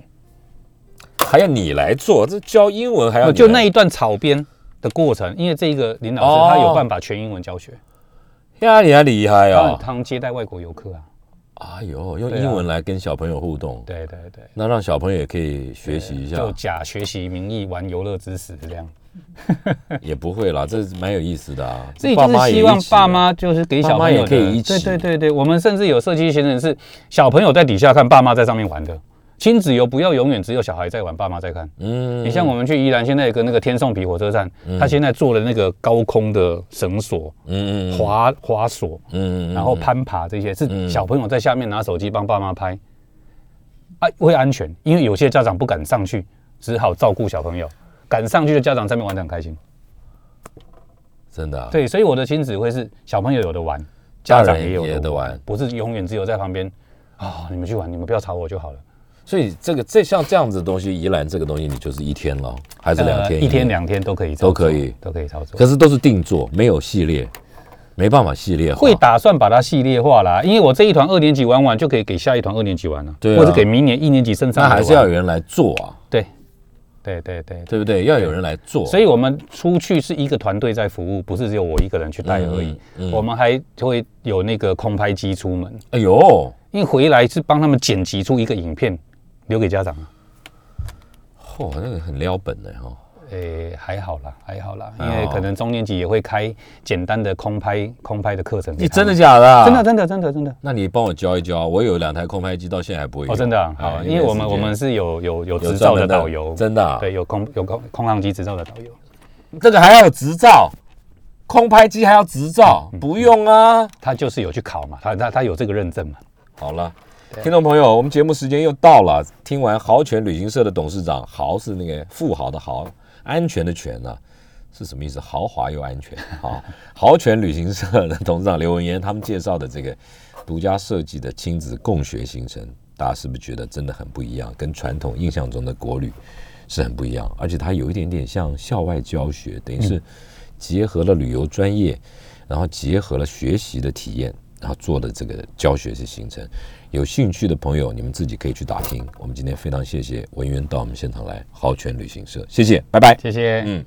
B: 还要你来做，这教英文还要你来
C: 哦就那一段草编的过程，因为这个林老
B: 哦
C: 师他有办法全英文教学，
B: 呀，你还厉害
C: 他很
B: 啊！
C: 常接待外国游客啊。
B: 哎呦，用
C: 对啊
B: 英文来跟小朋友互动，
C: 对对对，
B: 那让小朋友也可以学习一
C: 就
B: 下，
C: 假学习名义玩游乐知识这样。
B: 也不会啦，这是蛮有意思的啊。
C: 这就是希望爸妈就是给小朋友的
B: 爸妈也可以一起
C: 对对对对，我们甚至有设计行程是小朋友在底下看，爸妈在上面玩的。亲子游不要永远只有小孩在玩，爸妈在看。
B: 嗯
C: 你像我们去宜兰现在有一个那个天颂皮火车站，他现在做了那个高空的绳索、
B: 嗯嗯
C: 滑滑索，
B: 嗯
C: 然后攀爬这些，是小朋友在下面拿手机帮爸妈拍，啊，会安全，因为有些家长不敢上去，只好照顾小朋友。敢上去的家长在那边玩得很开心，
B: 真的啊，
C: 对，所以我的亲子会是小朋友有的玩，
B: 大
C: 家长
B: 人
C: 也有
B: 也
C: 的
B: 得
C: 玩，
B: 玩。
C: 不是永远只有在旁边啊、你们去玩，你们不要吵我就好了。
B: 所以这个这像这样子的东西，宜兰这个东西，你就是一天了，还是两
C: 呃
B: 天？
C: 一天。两天都可以操作，
B: 都可以
C: 都可以操作。
B: 可是都是定做，没有系列，没办法系列化。
C: 会打算把它系列化啦，因为我这一团二年级玩完就可以给下一团二年级玩了，
B: 对啊
C: 或者给明年一年级升上
B: 那
C: 来玩。
B: 还是要有人来做啊，
C: 对，对对对
B: 对不对？要有人来做。
C: 所以我们出去是一个团队在服务，不是只有我一个人去带而已。我们还会有那个空拍机出门，
B: 哎呦，
C: 因为回来是帮他们剪辑出一个影片留给家长啊。
B: 嚯，那个很撩本的哈。
C: 诶、还好啦，还好啦，因
B: 好
C: 为可能中年级也会开简单的空拍空拍的课程给
B: 你
C: 他
B: 真
C: 们。哎
B: 的假的啊？
C: 真的真的真的真的
B: 那你帮我教一教，我有两台空拍机，到现在还不会用。
C: 哦，真的啊
B: 哎
C: 好，因为我们
B: 时
C: 我
B: 间
C: 们是有有有
B: 有
C: 执照
B: 专门
C: 的导游，
B: 真的啊
C: 对，有空有空空航机执照的导游。
B: 这个还要有执照，空拍机还要执照，
C: 嗯
B: 不用啊。
C: 他就是有去考嘛，他他他有这个认证嘛。
B: 好了，听众朋友，我们节目时间又到了。听完豪泉旅行社的董事长，豪是那个富豪的豪，安全的全啊呢、是什么意思？豪华又安全。 (laughs) 好，豪泉旅行社的董事长刘文渊他们介绍的这个独家设计的亲子共学行程，大家是不是觉得真的很不一样？跟传统印象中的国旅是很不一样，而且它有一点点像校外教学，等于是结合了旅游专业，然后结合了学习的体验，然后做的这个教学式行程。有兴趣的朋友，你们自己可以去打听。我们今天非常谢谢文渊到我们现场来，豪泉旅行社，谢谢，拜拜。
C: 谢谢，嗯。